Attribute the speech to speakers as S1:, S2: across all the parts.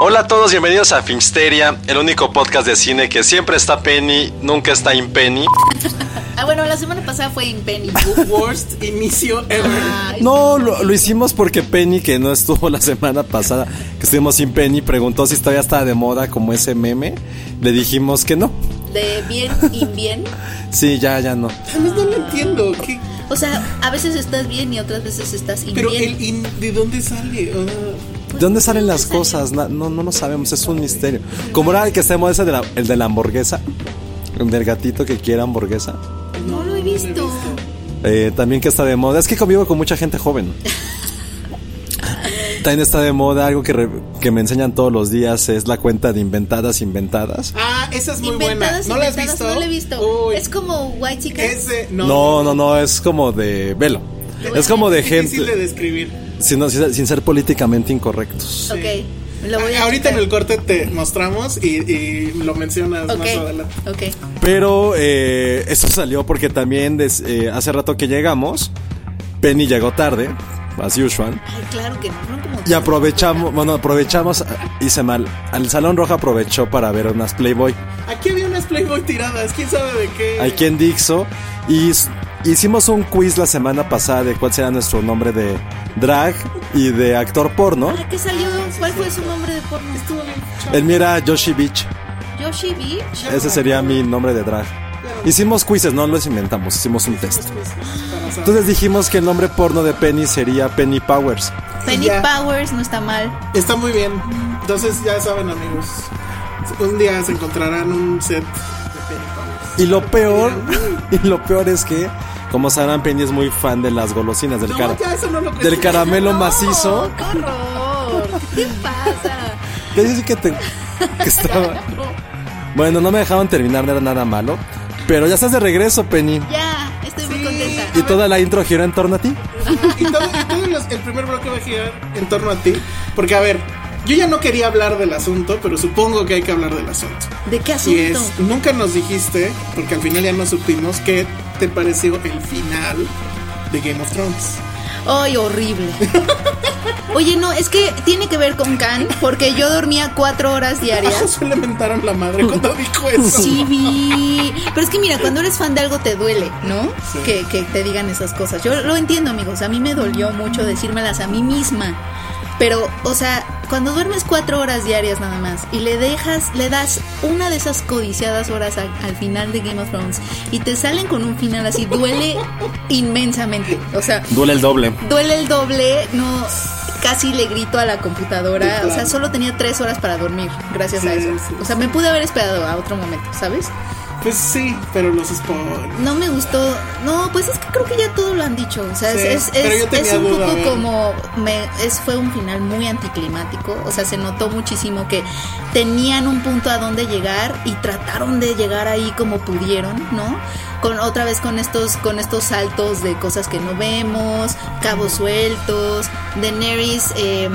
S1: Hola a todos, bienvenidos a Filmsteria, el único podcast de cine que siempre está Penny, nunca está Impenny.
S2: Ah, bueno, la semana pasada fue Impenny.
S3: Worst inicio ever.
S2: Ay,
S4: No, lo, lo hicimos porque Penny, que no estuvo la semana pasada, que estuvimos sin Penny, preguntó si todavía estaba de moda como ese meme. Le dijimos que no.
S2: De bien y bien.
S4: Sí, ya, ya no.
S3: Además, no lo entiendo. ¿qué?
S2: O sea, a veces estás bien y otras veces estás Pues,
S3: Pero el
S2: inbién.
S3: in, ¿de dónde sale? Ah,
S4: ¿De dónde salen las cosas? Na- No, no, lo sabemos, es un misterio. Como era el que está de moda ese de la, el de la hamburguesa, el del gatito que quiere hamburguesa.
S2: No lo he visto.
S4: Eh, también que está de moda. Es que convivo con mucha gente joven. También está de moda algo que, re- que me enseñan todos los días, es la cuenta de inventadas, inventadas.
S3: ah, esa es muy
S2: Inventadas,
S3: buena. ¿No la has
S2: inventadas,
S3: visto?
S2: No la he visto.
S3: Uy,
S2: Es como White Chicken.
S3: ese, no.
S4: No, no, no, es como de velo. Es como de
S3: es difícil de
S4: gente,
S3: describir.
S4: sin, no, sin- sin ser políticamente incorrectos.
S2: Ok. Lo voy
S3: Ah,
S2: a
S3: Ahorita en el
S2: buscar.
S3: corte te mostramos y, y lo mencionas más
S2: Ok,
S3: adelante.
S2: ok.
S4: Pero eh, eso salió porque también des- eh, hace rato que llegamos, Penny llegó tarde, as usual,
S2: Ay, claro que no. fueron como-
S4: y aprovechamos, bueno, aprovechamos, ah, hice mal, al Salón Rojo aprovechó para ver unas Playboy
S3: Aquí había unas Playboy tiradas. ¿Quién sabe de qué?
S4: aquí en Dixo y s- hicimos un quiz la semana pasada de cuál será nuestro nombre de drag y de actor porno.
S2: ¿Para qué salió? ¿Cuál fue su nombre de porno? Estuvo bien.
S4: El mío era Yoshi Beach.
S2: Yoshi Beach.
S4: Ese sería mi nombre de drag. Hicimos quizzes, no los inventamos, hicimos un test. Entonces dijimos que el nombre porno de Penny sería Penny Powers.
S2: Penny
S3: Ya.
S2: Powers no está mal.
S3: Está muy bien. Entonces ya saben, amigos. Un día se encontrarán un set.
S4: Y lo peor, y lo peor es que, como sabrán, Penny es muy fan de las golosinas, del,
S3: No,
S4: cara-
S3: ya eso no
S4: del
S3: lo cuestiones.
S4: caramelo
S2: No,
S4: macizo.
S2: Oh, ¡Qué horror! ¿Qué te pasa?
S4: Que yo sí que, te- que estaba. Bueno, no me dejaron terminar, no era nada malo. Pero ya estás de regreso, Penny.
S2: Ya, estoy muy contenta.
S4: Y toda la intro giró en torno a ti.
S3: Y todo, y todo los- el primer bloque va a girar en torno a ti. Porque, a ver, yo ya no quería hablar del asunto, pero supongo que hay que hablar del asunto.
S2: ¿De qué
S3: Y
S2: asunto?
S3: es, nunca nos dijiste, porque al final ya no supimos, qué te pareció el final de Game of Thrones.
S2: Ay, horrible. Oye, no, es que tiene que ver con Can, porque yo dormía cuatro horas
S3: A
S2: diarias.
S3: Josué le mentaron la madre cuando dijo eso.
S2: Sí, vi. Pero es que mira, cuando eres fan de algo te duele, ¿no? Que, que te digan esas cosas. Yo lo entiendo, amigos. A mí me dolió mucho decírmelas a mí misma. Pero, o sea, cuando duermes cuatro horas diarias nada más y le dejas, le das una de esas codiciadas horas a- al final de Game of Thrones y te salen con un final así, duele inmensamente. O sea,
S4: Duele el doble.
S2: Duele el doble, no. Casi le grito a la computadora. O sea, solo tenía tres horas para dormir, gracias a
S3: Sí,
S2: eso.
S3: sí,
S2: O sea, me pude haber esperado a otro momento, ¿sabes?
S3: Pues sí, pero los spoilers.
S2: No me gustó. No, pues es que creo que ya todo lo han dicho. O sea,
S3: Sí,
S2: es, es-
S3: pero
S2: es-
S3: yo tenía
S2: es un
S3: duda, a ver.
S2: poco como. me- es, fue un final muy anticlimático. O sea, se notó muchísimo que tenían un punto a donde llegar y trataron de llegar ahí como pudieron, ¿no? Con, otra vez con estos, con estos saltos de cosas que no vemos, cabos sueltos, Daenerys, eh,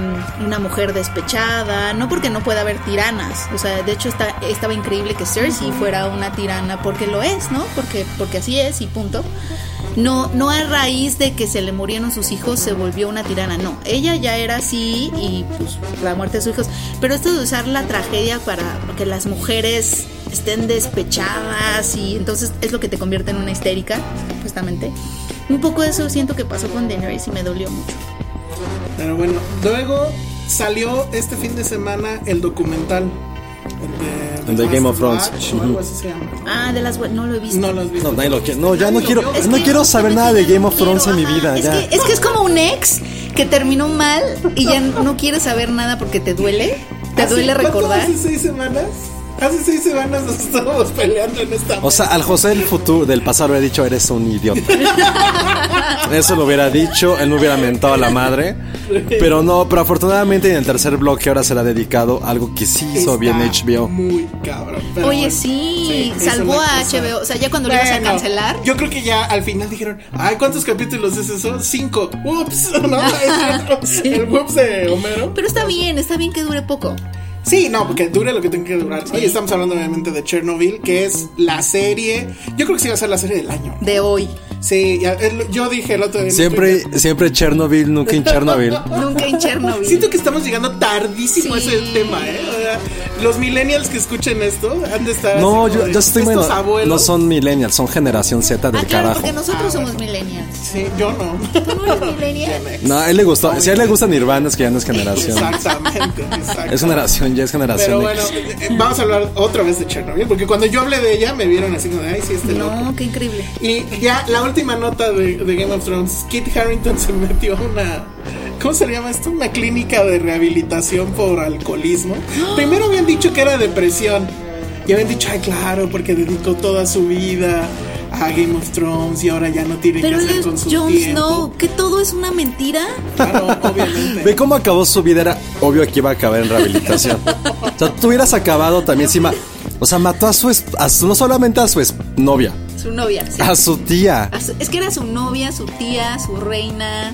S2: una mujer despechada, no porque no pueda haber tiranas, o sea, de hecho está, estaba increíble que Cersei fuera una tirana porque lo es, ¿no? Porque, porque así es y punto. No, no a raíz de que se le murieron sus hijos se volvió una tirana, no. Ella ya era así y pues la muerte de sus hijos. Pero esto de usar la tragedia para que las mujeres estén despechadas y entonces es lo que te convierte en una histérica, justamente. Un poco eso siento que pasó con Daenerys y me dolió mucho.
S3: Pero bueno, luego salió este fin de semana el documental. El de,
S4: El de
S3: Last
S4: Game of Thrones.
S3: Batch, o algo así se llama.
S2: Ah, de las... we- No lo he visto.
S3: No lo has visto.
S4: No, nadie lo quiere. No, ya no
S3: Nadie
S4: quiero,
S3: lo vio.
S2: Es
S4: no
S2: que
S4: quiero saber nada de Game of
S2: quiero,
S4: Thrones en mi
S2: ajá.
S4: vida.
S2: Es,
S4: Ya.
S2: Que, es que es como un ex que terminó mal y ya no quieres saber nada porque te duele. Te
S4: Ah,
S3: Hace-
S2: duele
S3: ¿Ah, ¿cuánto?
S2: recordar.
S3: Hace seis semanas. Hace seis semanas nos estábamos peleando en esta.
S4: O sea, al José del futuro, del pasado, hubiera dicho, eres un idiota. Eso lo hubiera dicho, él no hubiera mentado a la madre. Pero no, pero afortunadamente en el tercer bloque ahora será dedicado a algo que sí hizo
S3: Está
S4: bien HBO.
S3: Muy cabrón. pero
S2: Oye,
S3: bueno,
S2: sí,
S3: eso
S2: salvó
S3: es
S2: a
S3: la cosa.
S2: HBO. O sea, ya cuando lo ibas a
S3: Bueno,
S2: cancelar.
S3: Yo creo que ya al final dijeron, ay, ¿cuántos capítulos es eso? Cinco. Ups, ¿no?
S2: Sí.
S3: El ups de Homero.
S2: Pero está bien, está bien que dure poco.
S3: Sí, no, porque dure lo que tenga que durar. Oye, estamos hablando obviamente de Chernobyl, que es la serie. Yo creo que sí va a ser la serie del año.
S2: De hoy.
S3: Sí, ya, el- yo dije el otro día. en
S4: Siempre,
S3: Twitter,
S4: siempre Chernobyl, nunca en Chernobyl.
S2: Nunca en Chernobyl.
S3: Siento que estamos llegando tardísimo
S2: Sí.
S3: a ese tema, ¿eh? O sea, los millennials que escuchen esto han de estar.
S4: No,
S3: así
S4: yo,
S3: como de,
S4: yo estoy
S3: Estos
S4: bueno,
S3: abuelos.
S4: No son millennials, son generación Z del
S2: Ah, claro,
S4: carajo.
S2: porque nosotros somos millennials.
S3: Sí, yo no.
S2: ¿Tú no eres millennial?
S4: No, a él le gustó. Si a él le gusta Nirvana, es que ya no es generación.
S3: Exactamente, exacto.
S4: Es generación, ya es
S3: Pero
S4: generación
S3: bueno,
S4: X.
S3: eh, vamos a hablar otra vez de Chernobyl, porque cuando yo hablé de ella me vieron así como, de, ay, sí, este loco.
S2: No, qué increíble.
S3: Y ya la última nota de, de Game of Thrones, Kit Harrington se metió a una... ¿Cómo se le llama esto? Una clínica de rehabilitación por alcoholismo. Primero habían dicho que era depresión. Y habían dicho, ay, claro, porque dedicó toda su vida a Game of Thrones y ahora ya no tiene
S2: Pero
S3: que
S2: él
S3: hacer
S2: es
S3: con su
S2: Jon
S3: tiempo.
S2: Snow, que todo es una mentira.
S3: Claro,
S4: Ve
S3: obviamente.
S4: cómo acabó su vida, era obvio que iba a acabar en rehabilitación. O sea, tú hubieras acabado también encima. O sea, mató a su, es- a su- no solamente a su es- novia,
S2: Su novia. sí.
S3: Ah.
S4: a su tía,
S2: A su- Es que era su novia, su tía, su reina.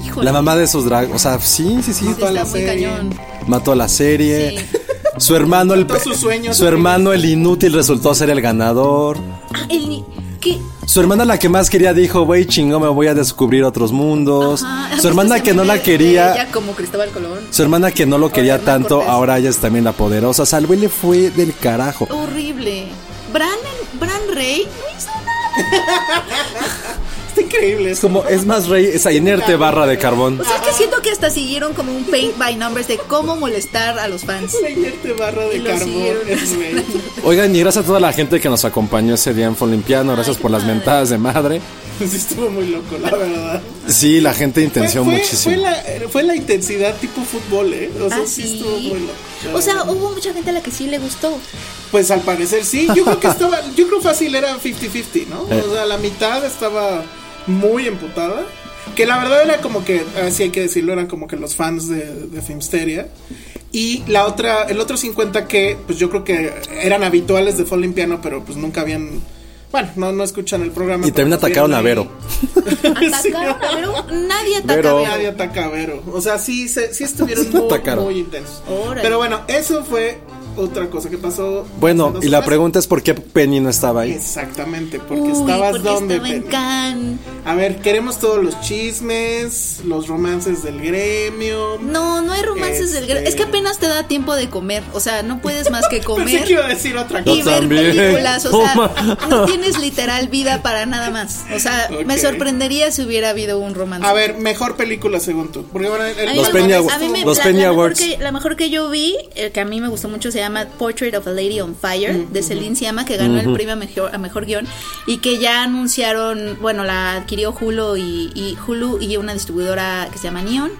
S3: Mm.
S2: Híjole.
S4: la mamá de sus drag. O sea, sí, sí, sí.
S2: Está
S3: la
S2: muy
S3: serie.
S2: cañón.
S4: Mató a la serie.
S2: Sí.
S4: Su hermano, el,
S3: Mató sus sueños.
S4: su hermano, el inútil, resultó ser el ganador.
S2: Ah, el ni- ¿Qué?
S4: Su hermana la que más quería dijo, güey, chingo, me voy a descubrir otros mundos.
S2: Ajá, ¿has
S4: Su hermana
S2: visto
S4: que
S2: ese
S4: no
S2: meme
S4: la
S2: de
S4: quería,
S2: Ella como Cristóbal Colón.
S4: su hermana que no lo quería
S2: Hernán
S4: tanto,
S2: Cortés.
S4: ahora ella es también la poderosa. O sea, el güey le fue del carajo.
S2: Horrible. Bran, Bran Rey no hizo nada.
S3: Está increíble.
S4: Es como, es más rey, esa inerte barra de carbón.
S2: O sea, es que siento que hasta siguieron como un paint by numbers de cómo molestar a los fans.
S3: La inerte barra de
S2: Y lo
S3: carbón.
S2: siguieron
S3: es güey.
S4: Oigan, y gracias a toda la gente que nos acompañó ese día en Folimpiano, gracias
S2: Ay,
S4: por las
S2: madre.
S4: mentadas de madre.
S3: Sí, estuvo muy loco, la verdad.
S4: Sí, la gente intenció
S3: fue, fue- Fue
S4: muchísimo.
S3: la, fue la intensidad tipo fútbol, ¿eh? O sea,
S2: Ah,
S3: sí,
S2: sí.
S3: estuvo muy loco.
S2: O sea, hubo mucha gente a la que sí le gustó.
S3: Pues al parecer sí. Yo creo que estaba. Yo creo fácil era 50-50, ¿no?
S4: Eh.
S3: O sea, la mitad estaba muy emputada. Que la verdad era como que, así hay que decirlo, eran como que los fans de, de Filmsteria. Y la otra, el otro 50 que, pues yo creo que eran habituales de Falling Piano, pero pues nunca habían. Bueno, no, no escuchan el programa.
S4: Y
S3: pero
S4: también
S3: nos
S4: atacaron a
S3: vieron
S4: Vero.
S3: ahí. Sí.
S2: Atacaron a Vero. Nadie ataca
S4: Vero.
S2: a
S3: Nadie
S2: Vero.
S3: ataca a Vero. O sea, sí, se- sí estuvieron
S4: No
S3: muy,
S4: atacaron.
S3: muy intensos.
S2: Órale.
S3: Pero bueno, eso fue otra cosa que pasó. hace
S4: Bueno,
S3: dos
S4: y la
S3: semanas.
S4: pregunta es por qué Penny no estaba ahí.
S3: Exactamente, porque
S2: Uy,
S3: estabas
S2: porque
S3: donde.
S2: estaba en
S3: Penny?
S2: Cannes.
S3: A ver, queremos todos los chismes, los romances del gremio.
S2: No, no hay romances del gran.
S3: Este-
S2: Es que apenas te da tiempo de comer. O sea, no puedes más que
S3: Pensé
S2: comer.
S3: que iba a decir otra
S2: y
S3: cosa.
S4: Yo
S2: ver
S4: también.
S2: películas. O sea,
S4: Toma.
S2: no tienes literal vida para nada más. O sea, me
S3: Ok.
S2: sorprendería si hubiera habido un romance.
S3: A ver, mejor película según tú. Porque bueno, el-
S2: A mí
S4: Los
S2: me-
S4: Penny
S2: a
S4: Awards.
S2: mí me-
S4: Los
S2: la-
S4: Penny
S2: la mejor
S4: Awards.
S2: que- la mejor que yo vi, eh, que a mí me gustó mucho, se llama Portrait of a Lady on Fire, de Celine Siama, que ganó el premio a mejor, a mejor guión. Y que ya anunciaron, bueno, la adquirió Hulu y, y Hulu y una distribuidora que se llama Neon.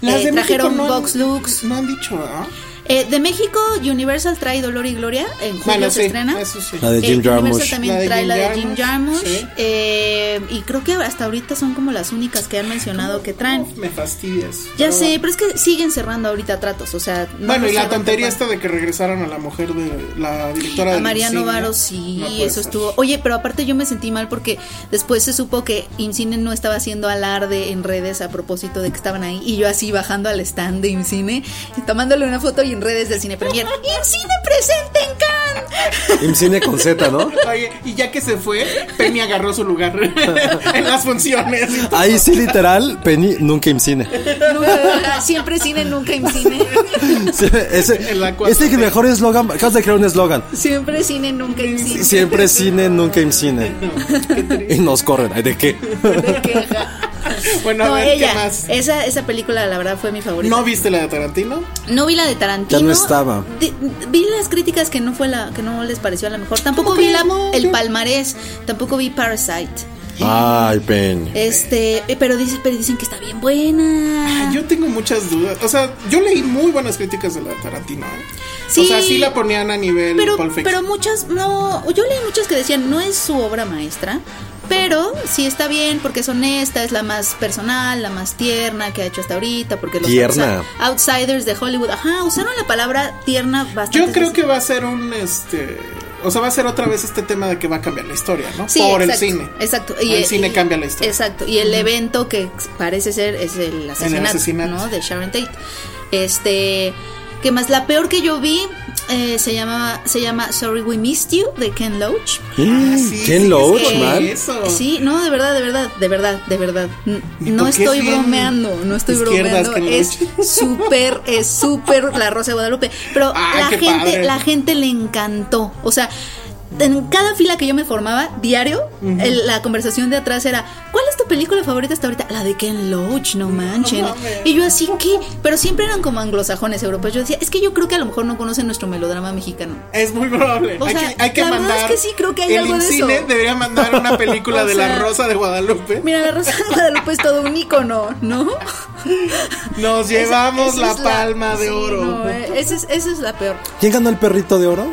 S3: las
S2: Eh,
S3: de
S2: trajeron
S3: México no han-
S2: Box Lux.
S3: No han dicho, ¿ah?
S2: Eh, de México, Universal trae Dolor y Gloria. En julio
S3: Bueno,
S2: se
S3: sí,
S2: estrena.
S3: eso sí.
S4: La de
S2: Eh,
S4: Jim
S2: Universal
S4: Jarmusch.
S2: también
S3: La de
S2: trae
S3: Jim
S2: la de Jim Jarmusch.
S3: Jarmusch, sí.
S2: eh, y creo que hasta ahorita son como las únicas que han mencionado que traen.
S3: Me fastidias.
S2: Ya
S3: Pero
S2: sé, pero es que siguen cerrando ahorita tratos. O sea, no
S3: Bueno,
S2: nos
S3: y la
S2: saben
S3: tontería
S2: tapar.
S3: esta de que regresaron a la mujer de la directora
S2: A
S3: de
S2: Mariano
S3: Insigne.
S2: Varo, sí,
S3: No puede
S2: eso
S3: ser.
S2: estuvo. Oye, pero aparte yo me sentí mal porque después se supo que Imcine no estaba haciendo alarde en redes a propósito de que estaban ahí. Y yo así bajando al stand de Imcine, y tomándole una foto y en redes del cine premier. ¡Imcine presente en Cannes!
S4: Imcine con Z, ¿no?
S3: Oye, y ya que se fue, Penny agarró su lugar en las funciones.
S4: Ahí sí, literal, Penny nunca Imcine.
S2: Nunca- siempre cine, nunca incine.
S4: Sí, ese-
S3: En la
S4: este es el
S3: 4T.
S4: mejor eslogan. Acabas de crear un eslogan.
S2: Siempre cine, nunca incine.
S4: Siempre cine, nunca Imcine. Y nos corren. Ay, ¿De qué?
S2: Me queja.
S3: Bueno, a
S2: No,
S3: ver qué
S2: ella.
S3: más.
S2: Esa, esa película, la verdad, fue mi favorita.
S3: ¿No viste la de Tarantino?
S2: No vi la de Tarantino.
S4: Ya no estaba.
S2: Di- vi las críticas que no fue la que no les pareció a la mejor. Tampoco vi la, el palmarés. Tampoco vi Parasite.
S4: Ay, Penny.
S2: Este, eh, pero dice, pero dicen que está bien buena.
S3: Ah, Yo tengo muchas dudas. O sea, yo leí muy buenas críticas de la de Tarantino. ¿eh?
S2: Sí.
S3: O sea, sí la ponían a nivel
S2: pero,
S3: Pulp Fiction.
S2: pero muchas, no, yo leí muchas que decían, no es su obra maestra, pero sí está bien porque es honesta, es la más personal, la más tierna que ha hecho hasta ahorita, porque los
S4: Tierna.
S2: outsi- outsiders de Hollywood, ajá, usaron la palabra tierna bastante.
S3: Yo creo que va a ser un este. O sea, va a ser otra vez este tema de que va a cambiar la historia, ¿no? Por el cine.
S2: Exacto.
S3: el cine cambia la historia.
S2: Exacto. Y el evento que parece ser es el asesinato,
S3: asesinato.
S2: ¿no? De Sharon Tate. Este. ¿Qué más? La peor que yo vi eh, se, llama, se llama Sorry We Missed You de Ken Loach.
S3: Ah,
S4: Mm,
S3: sí,
S4: Ken
S3: sí,
S4: Loach,
S3: sí,
S4: man.
S3: Eso.
S2: Sí, no, de verdad, de verdad, de verdad, de verdad. N-
S3: ¿Y
S2: No
S3: por qué
S2: estoy
S3: es bien
S2: bromeando, no estoy
S3: izquierdas
S2: bromeando.
S3: que
S2: Es
S3: no?
S2: súper, es súper la Rosa de Guadalupe. Pero
S3: Ay,
S2: la
S3: qué
S2: gente,
S3: padre.
S2: la gente le encantó. O sea, en cada fila que yo me formaba, diario, el- la conversación de atrás era, ¿cuál es tu película favorita hasta ahorita? La de Ken Loach, no manchen. y yo así que, pero siempre eran como anglosajones europeos. Yo decía, es que yo creo que a lo mejor no conocen nuestro melodrama mexicano.
S3: Es muy probable.
S2: O
S3: hay
S2: sea,
S3: que, hay que
S2: la verdad es
S3: mandar.
S2: que sí, creo que hay
S3: el
S2: algo de
S3: cine
S2: eso.
S3: debería mandar una película
S2: O
S3: de
S2: sea,
S3: la Rosa de Guadalupe.
S2: Mira, la Rosa de Guadalupe es todo un ícono, ¿no?
S3: Nos llevamos
S2: Esa- esa
S3: la
S2: es
S3: palma de
S2: sí,
S3: oro.
S2: no, eh, esa, es, esa es la peor.
S4: ¿Quién ganó el perrito de oro?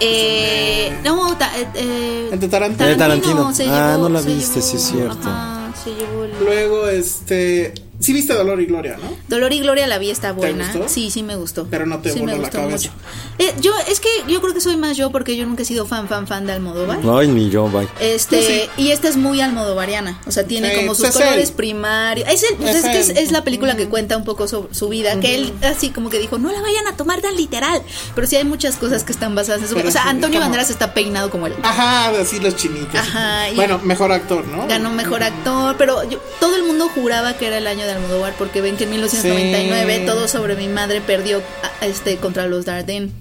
S2: Eh, no, ta- eh, eh,
S3: El de Tarantino.
S4: El de Tarantino.
S2: se
S4: Ah,
S2: llevó-
S4: no la
S2: se
S4: viste, sí es cierto.
S2: Ajá, se llevó el-
S3: Luego, este. Sí viste Dolor y Gloria, ¿no?
S2: Dolor y Gloria la vi está buena.
S3: gustó?
S2: Sí, sí me gustó.
S3: Pero no te
S2: sí
S3: voló la cabeza.
S2: Eh, yo es que yo creo que soy más yo porque yo nunca he sido fan fan fan de Almodóvar.
S4: Ay, ni yo, bye.
S2: Este,
S3: Yo sí.
S2: y esta es muy almodovariana, o sea, tiene
S3: Sí,
S2: como
S3: pues
S2: sus
S3: es
S2: colores
S3: él.
S2: primarios. Es, el- pues
S3: Es
S2: es que es,
S3: él.
S2: es la película que cuenta un poco sobre su vida, que él así como que dijo, no la vayan a tomar tan literal, pero sí hay muchas cosas que están basadas en su vida.
S3: Pero
S2: O sea,
S3: sí,
S2: Antonio
S3: como-
S2: Banderas está peinado como él.
S3: Ajá, así los chinitos.
S2: Ajá, y-
S3: Bueno, mejor actor, ¿no?
S2: Ganó mejor actor, pero yo- todo el mundo juraba que era el año de Almodóvar porque ven que en 1999
S3: Sí.
S2: todo sobre mi madre perdió a- este contra los Darden.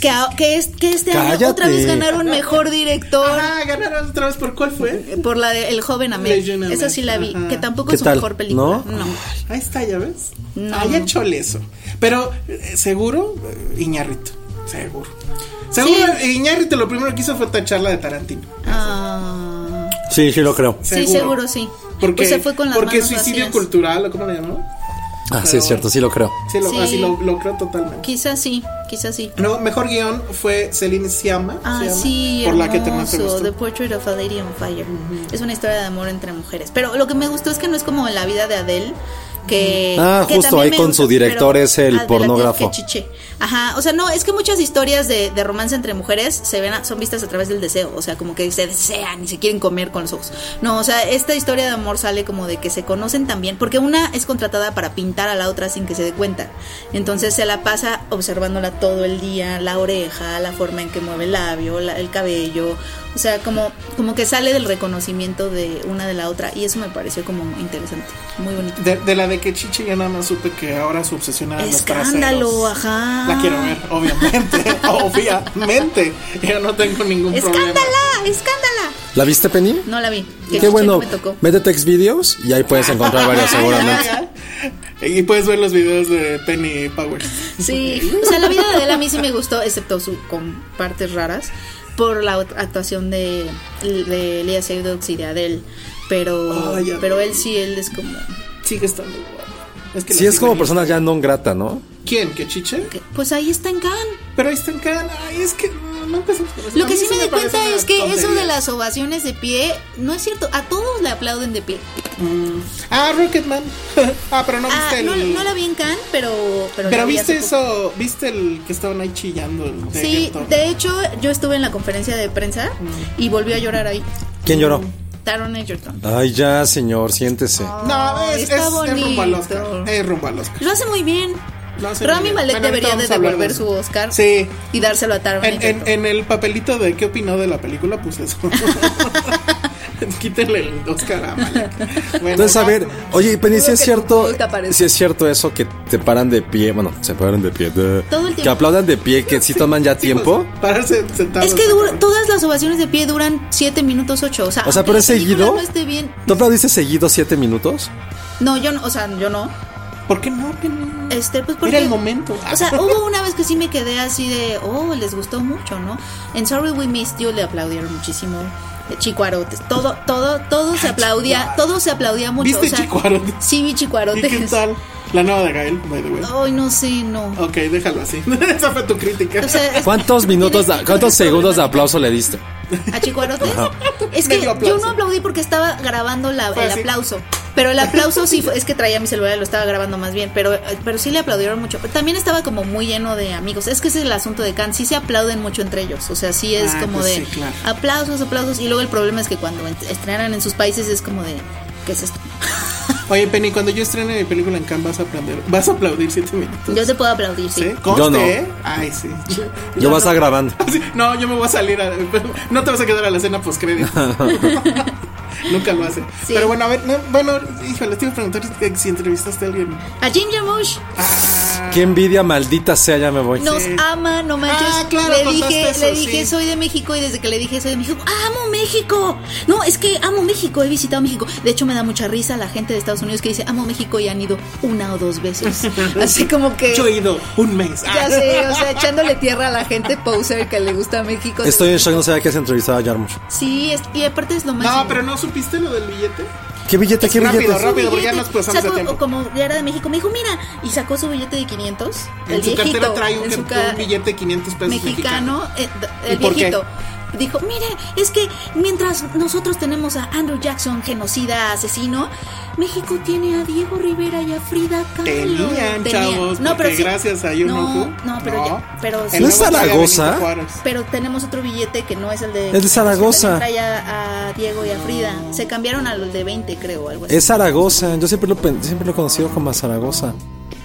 S2: Que, a- que, es, que este año otra
S4: Cállate.
S2: vez ganaron mejor director.
S3: Ah, ganaron otra vez por cuál fue.
S2: Por la de El joven Amel.
S3: Legend Amel,
S2: Esa sí la vi,
S3: ajá.
S2: que tampoco
S4: ¿Qué
S2: es su
S4: tal?
S2: mejor película.
S4: ¿No?
S3: Ahí está, ya ves.
S2: No.
S3: Ahí hecho eso. Pero eh, seguro, eh, Iñarrito. Seguro. Seguro, Iñarrito lo primero que hizo fue tacharla de Tarantino.
S2: Ah,
S4: Sí, sí lo creo.
S2: sí, seguro sí.
S3: Porque,
S2: Pues se fue con las
S3: porque
S2: manos
S3: suicidio
S2: vacías.
S3: cultural, ¿o ¿cómo le llamó?
S4: Ah, sí, es cierto, sí lo creo.
S3: Sí, lo,
S2: Sí.
S3: así lo, lo creo totalmente.
S2: Quizás sí, quizás sí.
S3: No, mejor guión fue Celine Siama.
S2: Ah,
S3: se llama,
S2: sí,
S3: por la que te más te
S2: hermoso.
S3: gustó.
S2: The Portrait of a Lady on Fire. Es una historia de amor entre mujeres. Pero lo que me gustó es que no es como la vida de Adele. Que,
S4: Ah,
S2: que
S4: justo ahí
S2: también me
S4: con su director
S2: pero
S4: es el
S2: Adela
S4: pornógrafo.
S2: Kechiche. Ajá, o sea, no, es que muchas historias de, de romance entre mujeres se ven a- son vistas a través del deseo, o sea, como que se desean y se quieren comer con los ojos. No, o sea, esta historia de amor sale como de que se conocen también, porque una es contratada para pintar a la otra sin que se dé cuenta. Entonces se la pasa observándola todo el día, la oreja, la forma en que mueve el labio, la- el cabello, o sea, como, como que sale del reconocimiento de una de la otra y eso me pareció como interesante, muy bonito.
S3: De, de la de que Chichi yo nada más supe que ahora su obsesión era los traseros.
S2: Escándalo, ajá.
S3: La quiero ver, obviamente, obviamente. Yo no tengo ningún problema.
S2: ¡Escándala! ¡Escándala!
S4: ¿La viste, Penny?
S2: No la vi. Que
S4: Qué
S2: Chiche
S4: bueno.
S2: No me tocó.
S4: Métete a Xvideos y ahí puedes encontrar varios seguramente.
S3: Y puedes ver los videos de Penny Powers.
S2: Sí. O sea, la vida de él a mí sí me gustó, excepto su con partes raras, por la ot- actuación de, de Lea Seydoux y de Adele. Pero,
S3: Ay, Adele.
S2: pero él sí, él es como.
S3: Sigue estando guapo. Es que
S4: Sí,
S3: la
S4: es
S3: sigo
S4: como
S3: en-
S4: persona ya no grata, ¿no?
S3: ¿Quién? ¿Que Chiche?
S2: que, Pues ahí está en Cannes.
S3: Pero ahí está en cada. Ay, es que no no empezamos con eso.
S2: Lo
S3: Pues, A
S2: que
S3: mí
S2: sí me di
S3: parece
S2: cuenta
S3: una
S2: es que eso
S3: tontería.
S2: de las ovaciones de pie no es cierto. A todos le aplauden de pie.
S3: Ah, Rocketman. ah, pero no
S2: Ah,
S3: viste
S2: no,
S3: el.
S2: no la vi en Cannes, pero. Pero, la
S3: pero
S2: vi
S3: viste
S2: hace poco.
S3: eso, viste el que estaban ahí chillando. El de
S2: Sí,
S3: Gertrude?
S2: de hecho, yo estuve en la conferencia de prensa y volví a llorar ahí.
S4: ¿Quién lloró?
S2: Taron Egerton.
S4: Ay, ya, señor, siéntese.
S3: No, es,
S2: está
S3: es, es rumbo al
S2: bonito.
S3: Oscar. Es rumbo al Oscar.
S2: Lo hace muy bien.
S3: No hace
S2: Rami
S3: bien.
S2: Malek
S3: Bueno, ahorita
S2: debería de
S3: vamos a hablar
S2: devolver
S3: de
S2: su
S3: eso.
S2: Oscar
S3: Sí.
S2: y dárselo a Taron
S3: En, en-
S2: Egerton.
S3: en el papelito de qué opinó de la película puse eso. Quítenle el Oscar a Malek. Bueno,
S4: Entonces, a
S3: va-
S4: ver, oye, Penny, si
S2: Seguro
S4: es
S2: que
S4: cierto,
S2: nunca aparece.
S4: si es cierto eso que te paran de pie, bueno, se paran de pie, de-
S2: Todo el tiempo.
S4: que aplaudan de pie, que sí toman ya
S3: pues,
S4: tiempo.
S3: Pararse sentado.
S2: Es que dura- todas las ovaciones de pie duran 7 minutos 8. O sea,
S4: O sea, pero
S2: aunque la
S4: es
S2: película
S4: seguido.
S2: No esté bien.
S4: ¿Tú aplaudiste seguido siete minutos?
S2: No, yo no, o sea, yo no.
S3: ¿Por qué no? ¿Qué no?
S2: Este, pues porque.
S3: Mira el momento.
S2: O sea, hubo una vez que sí me quedé así de, oh, les gustó mucho, ¿no? En Sorry We Missed You le aplaudieron muchísimo. Eh, Chico Arotes, todo, todo, todo se aplaudía, todo se aplaudía mucho.
S3: ¿Viste
S2: o sea,
S3: Chico Arotes?
S2: Sí, vi Chico
S3: ¿Y qué
S2: Arotes. Ay,
S3: tal? La nueva de Gael, by the way.
S2: no sé, no.
S3: Ok, déjalo así. Esa fue tu crítica.
S2: O sea, es-
S4: ¿Cuántos minutos, da-
S2: tienes-
S4: cuántos
S2: tienes
S4: segundos de
S2: problemas.
S4: aplauso le diste?
S2: ¿A Chico Arotes? Es que
S3: Medio
S2: yo
S3: aplauso.
S2: no aplaudí porque estaba grabando la-
S3: Fue
S2: el
S3: así.
S2: aplauso. Pero el aplauso sí fue, es que traía mi celular y lo estaba grabando más bien. Pero, pero sí le aplaudieron mucho. Pero también estaba como muy lleno de amigos. Es que ese es el asunto de Cannes. Sí se aplauden mucho entre ellos. O sea, sí es
S3: Ah,
S2: como
S3: pues
S2: de
S3: sí, claro.
S2: aplausos, aplausos. Y luego el problema es que cuando ent- estrenan en sus países es como de. ¿Qué es esto?
S3: Oye, Penny, cuando yo estrene mi película en Cannes vas a aprender. Vas a aplaudir siete minutos.
S2: Yo te puedo aplaudir, sí.
S3: Pues ¿Sí? Conste,
S4: Yo no.
S3: ¿eh? Ay, sí.
S4: Yo vas a grabando.
S3: Así, No, yo me voy a salir. a- no te vas a quedar a la escena postcrédito. Nunca lo hace.
S2: Sí.
S3: Pero bueno, a ver, no, bueno, híjole, te iba a preguntar si- si entrevistaste a alguien.
S2: A Jim Jarmusch
S4: Qué envidia maldita sea, ya me voy.
S2: nos ama, no manches.
S3: Ah, claro,
S2: le
S3: contaste
S2: dije,
S3: eso,
S2: le dije,
S3: sí.
S2: soy de México y desde que le dije soy de México, amo México. No, es que amo México, he visitado México. De hecho, me da mucha risa la gente de Estados Unidos que dice amo México y han ido una o dos veces. Así como que.
S3: Yo he ido un mes.
S2: Eh,
S3: Ah,
S2: Ya sé, o sea, echándole tierra a la gente poser que le gusta México.
S4: Estoy en shock, no sabía que se entrevistaba a Jarmusch.
S2: Sí, es- y aparte es lo más.
S3: No, pero no supiste lo del billete.
S4: ¿Qué billete, qué
S3: rápido,
S4: billete?
S3: rápido. porque ya nos pasamos
S2: sacó,
S3: a tiempo.
S2: Como ya era de México, me dijo, mira, y sacó su billete de 500. el
S3: en su cartera
S2: viejito,
S3: trae un,
S2: en su
S3: car-
S2: ca-
S3: un billete de 500 pesos
S2: mexicano, eh, d- el
S3: ¿Y por qué?
S2: viejito. Dijo, mire, es que mientras nosotros tenemos a Andrew Jackson, genocida, asesino, México tiene a Diego Rivera y a Frida Kahlo.
S3: Tenían, chavos, porque gracias a You
S2: no,
S3: Know Who,
S2: No, pero,
S3: no.
S2: ya- pero sí-
S3: El
S4: ¿No es
S3: nuevo trae a
S4: Zaragoza?
S3: Benito Juárez.
S2: pero tenemos otro billete que no es el de...
S4: Es de Zaragoza.
S2: que Trae a, a Diego y a Frida. Se cambiaron al de 20, creo, algo así.
S4: Es Zaragoza, yo siempre lo, pen- siempre lo he conocido como Zaragoza.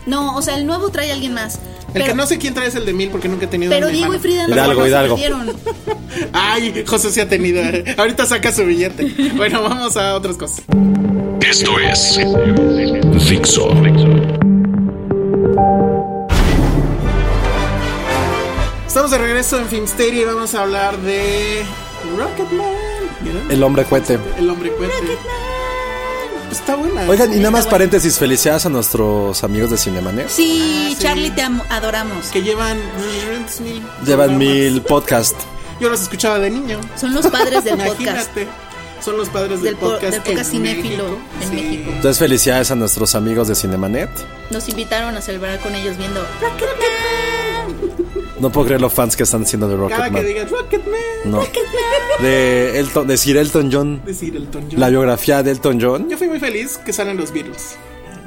S2: No, o sea, el nuevo trae a alguien más.
S3: El
S2: Pero,
S3: que no sé quién trae es el de mil porque nunca he tenido.
S2: pero
S3: en mi
S2: Diego y
S3: mano.
S2: Frida no
S4: Hidalgo,
S2: no se
S4: Hidalgo.
S2: metieron.
S3: Ay, José sí ha tenido. eh. Ahorita saca su billete. Bueno, vamos a otras cosas.
S5: Esto es Dixo.
S3: Estamos de regreso en Filmsteria y vamos a hablar de Rocketman. ¿Vieron?
S4: El hombre cohete.
S3: El hombre cuete. Está buena.
S4: Oigan, y nada más paréntesis, felicidades a nuestros amigos de Cinemanet.
S2: Sí,
S3: Ah, sí.
S2: Charlie, te am- adoramos.
S3: que llevan 300 mil.
S4: Llevan
S3: programas.
S4: mil podcast.
S3: Yo los escuchaba de niño.
S2: Son los padres del podcast.
S3: Imagínate. Son los padres del,
S2: Del po-
S3: podcast.
S2: del podcast
S3: en
S2: cinéfilo en México.
S4: Entonces, felicidades a nuestros amigos de Cinemanet.
S2: Nos invitaron a celebrar con ellos viendo Rocketman.
S4: No puedo creer los fans que están haciendo de
S3: Cada que
S4: Rocketman.
S3: digas Rocketman.
S4: No. De, Elton, de Sir Elton John.
S3: Decir Elton John.
S4: La biografía de Elton John.
S3: Yo fui muy feliz que salen los Beatles.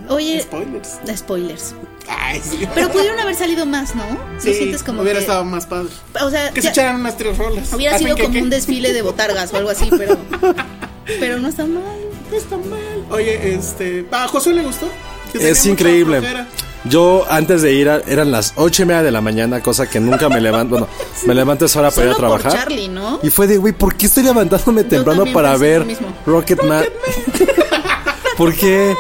S2: Oye,
S3: Spoilers.
S2: spoilers.
S3: Ay, sí.
S2: Eh, Pero pudieron haber salido más, ¿no? ¿No
S3: Sí,
S2: sientes como
S3: hubiera
S2: que-
S3: estado más padre.
S2: O sea,
S3: Que se
S2: ya-
S3: echaran unas tres rolas.
S2: hubiera
S3: Ah,
S2: sido
S3: ¿qué,
S2: como
S3: qué?
S2: un desfile de botargas o algo así, pero pero no está mal.
S3: No está mal. Oye, este. ¿A Josué le gustó? Que tenía
S4: Es
S3: mucha
S4: increíble.
S3: flojera.
S4: Yo antes de ir, a- eran las ocho y media de la mañana, cosa que nunca me levanto. Bueno, me levanto a esa hora para ir
S2: Solo
S4: a
S2: por
S4: trabajar.
S2: Charlie, ¿no?
S4: Y fue de, güey, ¿por qué estoy levantándome temprano
S2: también
S4: para
S2: pensé
S4: ver
S2: lo mismo.
S4: Rocketman? ¿Por qué?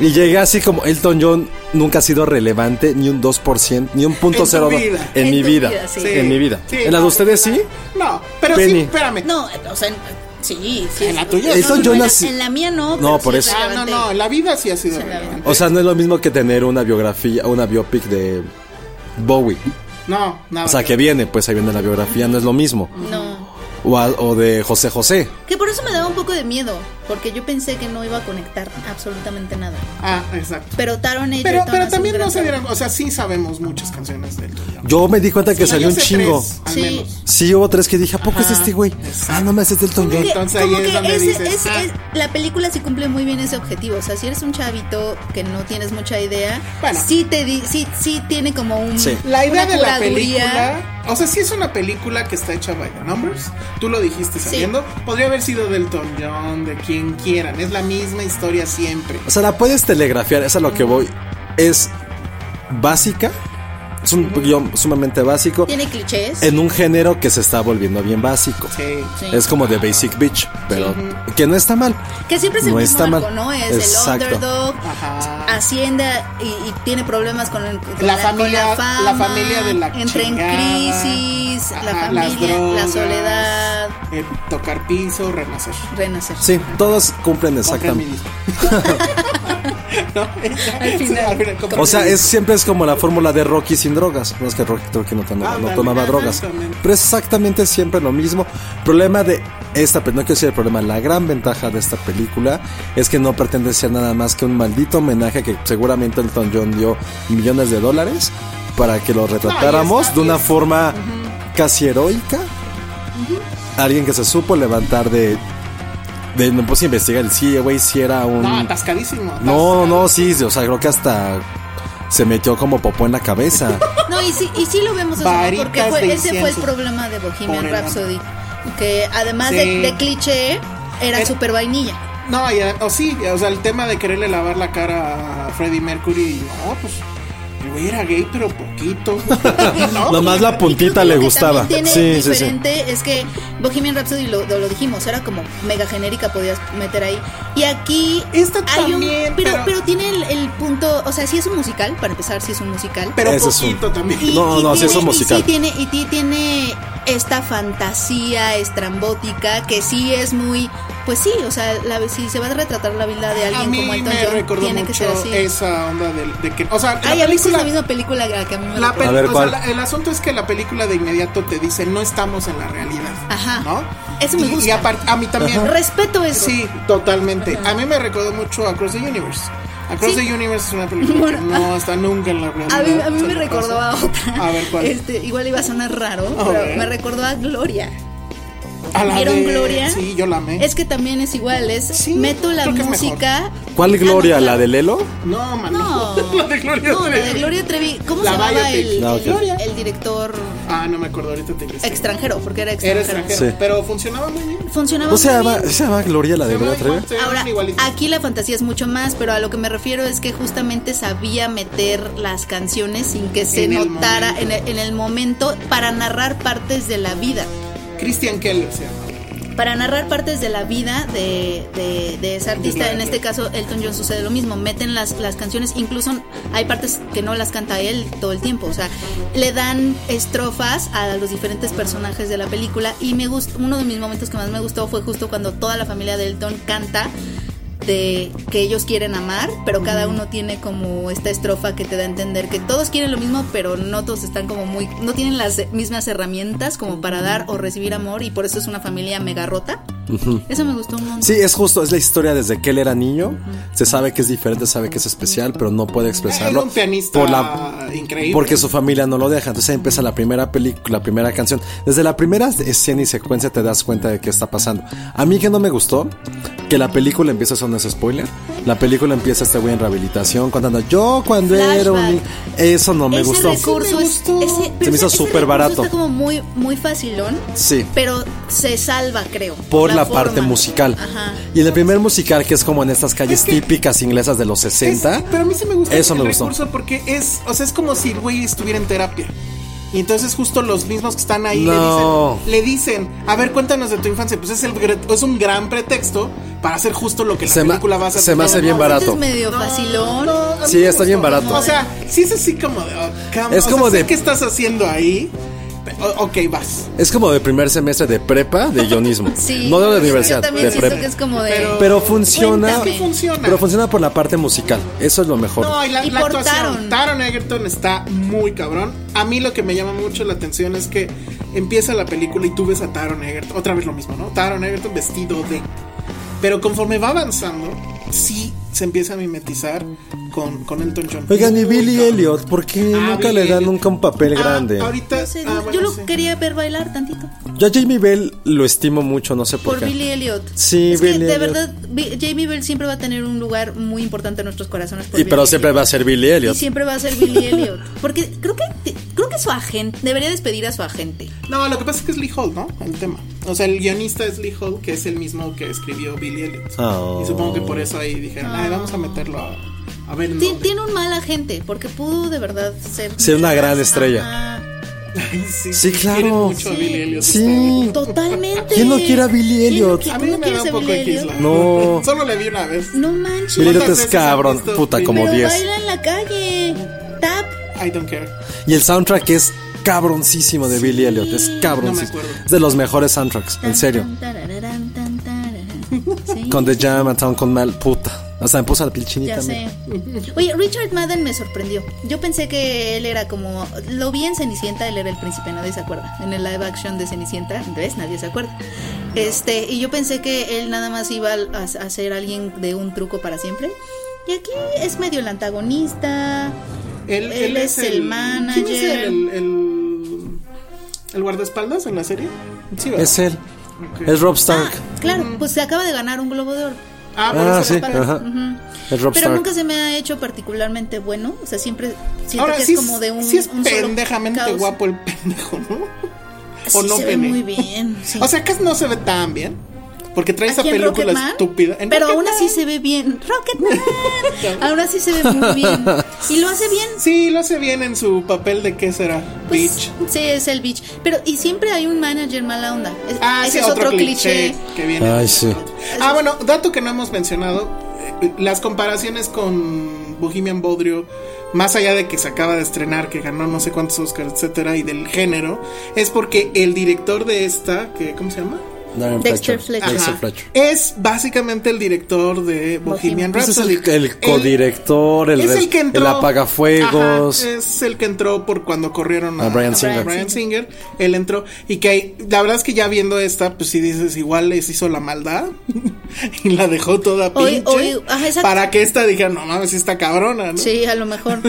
S4: Y llegué así como Elton John nunca ha sido relevante, ni un 2%, ni un punto
S3: En tu
S4: cero do-
S3: vida.
S4: En,
S2: En
S4: mi
S2: tu
S4: vida.
S2: vida, sí.
S4: En mi vida.
S3: Sí,
S4: ¿En la de
S3: no,
S4: ustedes sí?
S3: No, pero sí,
S4: Penny.
S3: espérame. Ah,
S2: No, o sea, en- sí, sí.
S3: En la tuya.
S2: No,
S4: Eso
S2: no,
S4: yo
S2: en, la,
S4: nací-
S2: en la mía
S4: No,
S2: no. pero
S4: por
S2: sí
S4: eso.
S2: es
S3: Ah, no,
S2: relevante.
S3: no, la vida sí ha sido
S2: Sí, la
S3: relevante.
S4: O sea, no es lo mismo que tener una biografía, una biopic de Bowie.
S3: No, nada.
S4: O sea, que viene, pues ahí viene la biografía, no es lo mismo.
S2: No.
S4: O, a- o de José José.
S2: Que por eso me daba un poco de miedo, porque yo pensé que no iba a conectar absolutamente nada.
S3: Ah, exacto.
S2: Pero Taron Egerton
S3: Pero,
S2: hace
S3: pero
S2: un
S3: también
S2: gran
S3: no se
S2: trabajo.
S3: dieron. O sea, sí sabemos muchas canciones de él.
S4: Yo me di cuenta que salió
S3: Yo
S4: un
S3: sé
S4: chingo.
S3: tres, al
S2: Sí.
S3: menos.
S4: Sí, hubo tres que dije, ¿a poco es este güey? Ah, no me haces Elton John.
S3: Entonces
S2: como
S3: ahí es
S2: que
S3: donde
S2: ese-
S3: dices,
S2: ese-
S3: ah.
S2: es- la película sí cumple muy bien ese objetivo. O sea, si eres un chavito que no tienes mucha idea,
S3: Bueno.
S2: sí te di- sí, sí tiene como un
S4: Sí.
S3: La idea
S2: una
S3: de la
S2: curaduría.
S3: película, o sea, sí es una película que está hecha by the numbers, tú lo dijiste
S2: Sí.
S3: sabiendo, podría haber sido del Tom John, de quien quieran, es la misma historia siempre.
S4: O sea, la puedes telegrafiar, es a lo que voy. Es básica. Es un guión sumamente básico.
S2: Tiene clichés.
S4: En un género que se está volviendo bien básico.
S3: Sí.
S2: Sí.
S4: Es como The Basic Bitch, pero que no está mal.
S2: Que siempre es el
S4: No
S2: mismo
S4: está mal.
S2: arco, ¿no? Es
S4: Exacto.
S2: el underdog,
S3: Ajá.
S2: hacienda y, y tiene problemas con, el- con
S3: La
S2: con
S3: familia- la familia de la
S2: Entra
S3: chingada.
S2: en crisis, la
S3: Ajá, las
S2: familia, la
S3: drogas,
S2: soledad,
S3: eh, tocar piso, renacer.
S2: renacer.
S4: Sí, todos cumplen
S3: Con
S4: exactamente.
S3: feminismo. No, al
S2: final.
S3: con
S4: O sea, es,
S3: feminismo.
S4: siempre es como la fórmula de Rocky sin drogas. No es que Rocky, Rocky no, tan- no
S3: Ándale,
S4: tomaba drogas.
S3: exactamente.
S4: Pero es exactamente siempre lo mismo. Problema de esta película, no quiero decir el problema, la gran ventaja de esta película es que no pretende ser nada más que un maldito homenaje que seguramente Elton John dio millones de dólares para que lo retratáramos
S3: está
S4: de una
S3: bien.
S4: forma casi heroica. Alguien que se supo levantar de... de me puse a investigar, y sí, güey, si era un...
S3: No, atascadísimo.
S4: No,
S3: atascado.
S4: no, sí, o sea, creo que hasta se metió como popó en la cabeza.
S2: No, y sí, y sí lo vemos eso, ¿no?
S3: Varitas
S2: porque fue-
S3: de
S2: ese fue el
S3: incienso.
S2: problema de Bohemian
S3: Por el
S2: Rhapsody. Que además de,
S3: Sí.
S2: de cliché, era
S3: Es-
S2: súper vainilla.
S3: No, y, eh, o sí, o sea, el tema de quererle lavar la cara a Freddie Mercury, no, pues, el güey era gay, pero poquito. ¿No?
S4: Nomás la puntita le
S2: Lo que
S4: gustaba.
S2: también tiene
S4: Sí, sí, sí.
S2: diferente es que Bohemian Rhapsody lo, lo dijimos, era como mega genérica, podías meter ahí. Y aquí
S3: Esta
S2: hay
S3: también,
S2: un. Pero, pero,
S3: pero-
S2: tiene el, el punto. O sea, sí es un musical, para empezar, sí es un musical.
S3: Pero
S4: Ese es un-
S3: poquito también.
S2: Y-
S4: No,
S2: y
S4: no, sí
S2: tiene-
S4: es un musical.
S2: Y sí tiene, y ti- tiene esta fantasía estrambótica que sí es muy. Pues sí, o sea, la- si se va a retratar la vida de
S3: pues, A
S2: alguien
S3: mí
S2: como Elton
S3: me
S2: John,
S3: recordó
S2: tiene que ser
S3: mucho
S2: así.
S3: esa onda de, de que, o sea, la
S2: Ay, a mí sí es
S3: película-
S2: la misma película a la que a mí me
S3: La
S2: recordó.
S3: pel-
S4: A ver,
S3: o sea,
S4: ¿cuál?
S3: la- el asunto es que la película de inmediato te dice no estamos en la realidad.
S2: Ajá.
S3: ¿No?
S2: Eso me
S3: Y-
S2: gusta.
S3: Y aparte, a mí también.
S2: Respeto eso.
S3: Sí, totalmente. A mí me recordó mucho Across the Universe. Across
S2: Sí.
S3: the Universe es una película
S2: Bueno,
S3: que no está nunca en la realidad.
S2: A mí, a mí
S3: se
S2: me
S3: la
S2: recordó a
S3: pasa.
S2: otra.
S3: A ver cuál.
S2: Este, igual iba a sonar raro,
S3: A
S2: pero
S3: ver.
S2: me recordó a Gloria.
S3: A la
S2: ¿Vieron
S3: de-
S2: Gloria?
S3: Sí, yo la amé.
S2: Es que también es igual, es
S3: ¿Eh? Sí,
S2: meto la
S3: creo que es
S2: música.
S4: ¿Cuál
S2: Ah,
S4: Gloria?
S2: no,
S4: ¿La de Lelo?
S3: No, man.
S2: No.
S3: la de Gloria.
S2: No, la de
S3: Trevi.
S2: Gloria Trevi. ¿Cómo
S3: La
S2: se llamaba
S3: biopic.
S2: el,
S4: Ah, ok.
S2: el-
S3: Gloria.
S2: el director
S3: Ah, no me acuerdo ahorita te investigo.
S2: extranjero? Porque era
S3: Era
S2: extranjero.
S3: extranjero,
S4: Sí.
S3: pero funcionaba muy bien.
S2: Funcionaba
S4: ¿No se
S2: muy
S4: llama,
S2: bien.
S4: se llama Gloria la de
S3: Se
S4: Gloria
S3: llama igual,
S4: Trevi?
S3: se llama
S2: Ahora,
S3: igualito.
S2: aquí la fantasía es mucho más, pero a lo que me refiero es que justamente sabía meter las canciones sin que se
S3: En el
S2: notara
S3: momento.
S2: en, el, en el momento para narrar partes de la vida.
S3: Christian Keller se llama.
S2: Para narrar partes de la vida de, de, de esa artista,
S3: Claro,
S2: en este caso Elton John sucede lo mismo, meten las, las canciones, incluso hay partes que no las canta él todo el tiempo, o sea, le dan estrofas a los diferentes personajes de la película y me gustó, uno de mis momentos que más me gustó fue justo cuando toda la familia de Elton canta de que ellos quieren amar, pero cada uno tiene como esta estrofa que te da a entender que todos quieren lo mismo, pero no todos están como muy, no tienen las mismas herramientas como para dar o recibir amor y por eso es una familia mega rota. Eso me gustó un montón.
S4: Sí, es justo, es la historia desde que él era niño. Se sabe que es diferente, sabe que es especial, pero no puede
S3: Era
S4: expresarlo.
S3: un pianista
S4: Pues, por la-
S3: increíble.
S4: porque su familia no lo deja. Entonces ahí empieza la primera película, la primera canción. Desde la primera escena y secuencia te das cuenta de qué está pasando. A mí que no me gustó que la película empieza, eso no es spoiler. La película empieza este güey en rehabilitación contando yo cuando era un niño. Eso no me
S2: ese
S4: gustó.
S2: recurso
S3: Sí me
S2: es-
S3: gustó.
S2: ese-
S3: Se
S2: pero
S4: me
S2: ese-
S4: hizo
S2: ese
S4: súper
S2: recurso
S4: barato.
S2: Está como muy, muy facilón,
S4: Sí.
S2: pero se salva, creo.
S4: Por la,
S2: forma.
S4: parte musical.
S2: Ajá.
S4: Y en el primer musical, que es como en estas calles
S3: Es que-
S4: típicas inglesas de los
S3: Es-
S4: 60.
S3: pero a mí se me gusta
S4: Eso
S3: el
S4: me gustó.
S3: recurso porque es, o sea, es como si el güey estuviera en terapia. Y entonces justo los mismos que están ahí
S4: No.
S3: le, dicen, le dicen, a ver, cuéntanos de tu infancia. Pues es, el, gre- es un gran pretexto para hacer justo lo que la
S4: Se me-
S3: película va a hacer.
S4: se me hace bien
S2: Entonces
S4: barato.
S2: medio facilón.
S4: Sí, está bien barato.
S3: O sea, sí es así como de... oh, come-
S4: Es
S3: o
S4: como
S3: sea, sé
S4: de-
S3: ¿Qué estás haciendo ahí? O- ok, vas.
S4: Es como de primer semestre de prepa de guionismo.
S2: Sí.
S4: no de la
S2: yo
S4: universidad,
S2: también
S4: de
S2: siento
S4: prepa.
S2: que es como de.
S3: Pero-
S4: Pero funciona,
S2: Cuéntame.
S3: Funciona.
S4: Pero funciona por la parte musical. Eso es lo mejor.
S3: No, y la,
S2: Y
S3: la
S2: por Taron.
S3: actuación. Taron Egerton está muy cabrón. A mí lo que me llama mucho la atención es que empieza la película y tú ves a Taron Egerton. Otra vez lo mismo, ¿no? Taron Egerton vestido de. Pero conforme va avanzando, sí se empieza a mimetizar con, con Elton John.
S4: Oigan, y
S3: Muy
S4: Billy
S3: cabrón.
S4: Elliot, ¿por qué
S3: Ah,
S4: nunca
S3: Billy
S4: le dan
S3: Elliot.
S4: nunca un papel
S3: Ah,
S4: grande?
S3: Ahorita.
S2: No sé,
S3: ah,
S2: no,
S3: bueno,
S2: yo lo
S3: sí.
S2: quería ver bailar tantito.
S4: Yo a Jamie Bell lo estimo mucho, no sé por,
S2: Por
S4: qué.
S2: Billy Elliot.
S4: Sí,
S2: es
S4: Billy
S2: que, de
S4: Elliot.
S2: verdad, Bi- Jamie Bell siempre va a tener un lugar muy importante en nuestros corazones. por
S4: y pero
S2: Billie
S4: siempre
S2: Elliot.
S4: va a ser Billy Elliot.
S2: Y siempre va a ser Billy Elliot. Porque creo que creo que su agente debería despedir a su agente.
S3: No, lo que pasa es que es Lee Hall, ¿no? El tema. O sea, el guionista es Lee Hall, que es el mismo que escribió Billy Elliot.
S4: Oh.
S3: Y supongo que por eso ahí dijeron, ay, vamos a meterlo a, A ver, no.
S2: Ah. Ti- Tiene un mal agente, porque pudo de verdad ser.
S4: Ser una gran estrella.
S2: Ajá,
S3: sí,
S4: Sí, claro.
S3: quieren mucho a Billy Elliot.
S4: Sí.
S2: totalmente.
S4: ¿Quién no quiere a Billy
S2: ¿Quién no
S4: Elliot?
S2: qui-
S3: A
S2: ¿Tú
S3: mí
S2: no
S3: me da
S2: quieres
S3: un
S2: a
S3: poco
S2: Billy
S3: de
S2: Elliot?
S3: Kisla.
S4: No.
S3: Solo le vi una vez.
S2: No manches.
S4: Billy Elliot
S3: ¿Cuántas
S4: es
S3: veces has
S4: cabrón,
S3: visto
S4: puta,
S3: Billy
S4: como
S2: pero
S4: 10.
S2: baila en la calle. Tap.
S3: I don't care.
S4: Y el soundtrack es cabroncísimo de Billy Elliot. Es cabroncísimo.
S3: No me acuerdo.
S4: es de los mejores soundtracks, en serio.
S2: Tan, tararán, tan, tararán. Sí,
S4: Con The Jam, A Town con Mal, puta. Hasta me puso la piel
S2: ya
S4: chinita.
S2: sé.
S4: mira.
S2: Oye, Richard Madden me sorprendió. Yo pensé que él era como. Lo vi en Cenicienta, él era el príncipe, nadie se acuerda. En el live action de Cenicienta, ¿ves? Nadie se acuerda. Este, y yo pensé que él nada más iba a, a ser alguien de un truco para siempre. Y aquí es medio el antagonista.
S3: Él,
S2: Él
S3: él
S2: es el
S3: ¿Quién es
S2: manager.
S3: el, el, el, el guardaespaldas en la serie? Sí, ¿verdad?
S4: Es él. Es Rob Stark.
S2: Ah, claro, pues se acaba de ganar un globo de oro.
S3: Ah, por
S4: Ah,
S3: eso
S4: sí.
S3: lo paran.
S4: Ajá. Es Rob
S2: Pero
S4: Stark.
S2: nunca se me ha hecho particularmente bueno. O sea, siempre siento
S3: Ahora
S2: que
S3: sí
S2: es como de un.
S3: sí es
S2: un solo
S3: pendejamente
S2: caos.
S3: guapo el pendejo, ¿no?
S2: Sí,
S3: o no
S2: se ve
S3: pene.
S2: muy bien. sí.
S3: O sea, que no se ve tan bien. Porque trae esa
S2: Aquí en
S3: película
S2: Rocketman,
S3: estúpida. En
S2: Pero aún
S3: Rocketman,
S2: así se ve bien. Rocketman. aún así se ve muy bien. Y lo hace bien.
S3: Sí, lo hace bien en su papel de qué será.
S2: Pues,
S3: Bitch.
S2: Sí, es el bitch. Pero, y siempre hay un manager mala onda. Es-
S3: Ah,
S2: ese
S3: sí,
S2: es
S3: otro, cliché, que viene.
S4: Ay, sí.
S3: Ah, bueno, dato que no hemos mencionado, eh, las comparaciones con Bohemian Bodrio, más allá de que se acaba de estrenar, que ganó no sé cuántos Oscars, etcétera, y del género, es porque el director de esta, que ¿cómo se llama?
S4: Darren
S2: Dexter Fletcher.
S4: Dexter
S3: Ajá.
S4: Fletcher.
S3: Es básicamente el director de Bohemian
S2: Bohemian.
S4: Pues es
S3: Rhapsody.
S4: el, el codirector, el,
S3: es
S4: res-
S3: el que entró.
S4: el apagafuegos.
S3: Ajá, es el que entró por cuando corrieron a,
S4: A Bryan Singer.
S3: Bryan Singer. Él entró. Y que hay- la verdad es que ya viendo esta, pues sí dices, igual les hizo la maldad. y la dejó toda
S2: Oye,
S3: pinche.
S2: oye, ajá, exacto.
S3: para que esta dijera, no mames, esta cabrona, ¿no?
S2: Sí, a lo mejor.